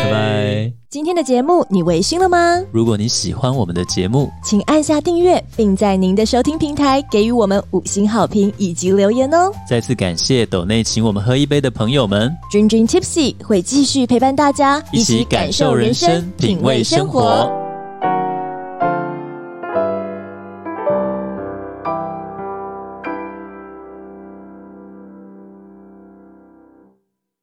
Speaker 2: 拜拜。
Speaker 1: 今天的节目你微醺了吗？
Speaker 2: 如果你喜欢我们的节目，
Speaker 1: 请按下订阅，并在您的收听平台给予我们五星好评以及留言哦。
Speaker 2: 再次感谢斗内请我们喝一杯的朋友们，
Speaker 1: 君君 Tipsy 会继续陪伴大家，
Speaker 2: 一起感受人生，品味生活。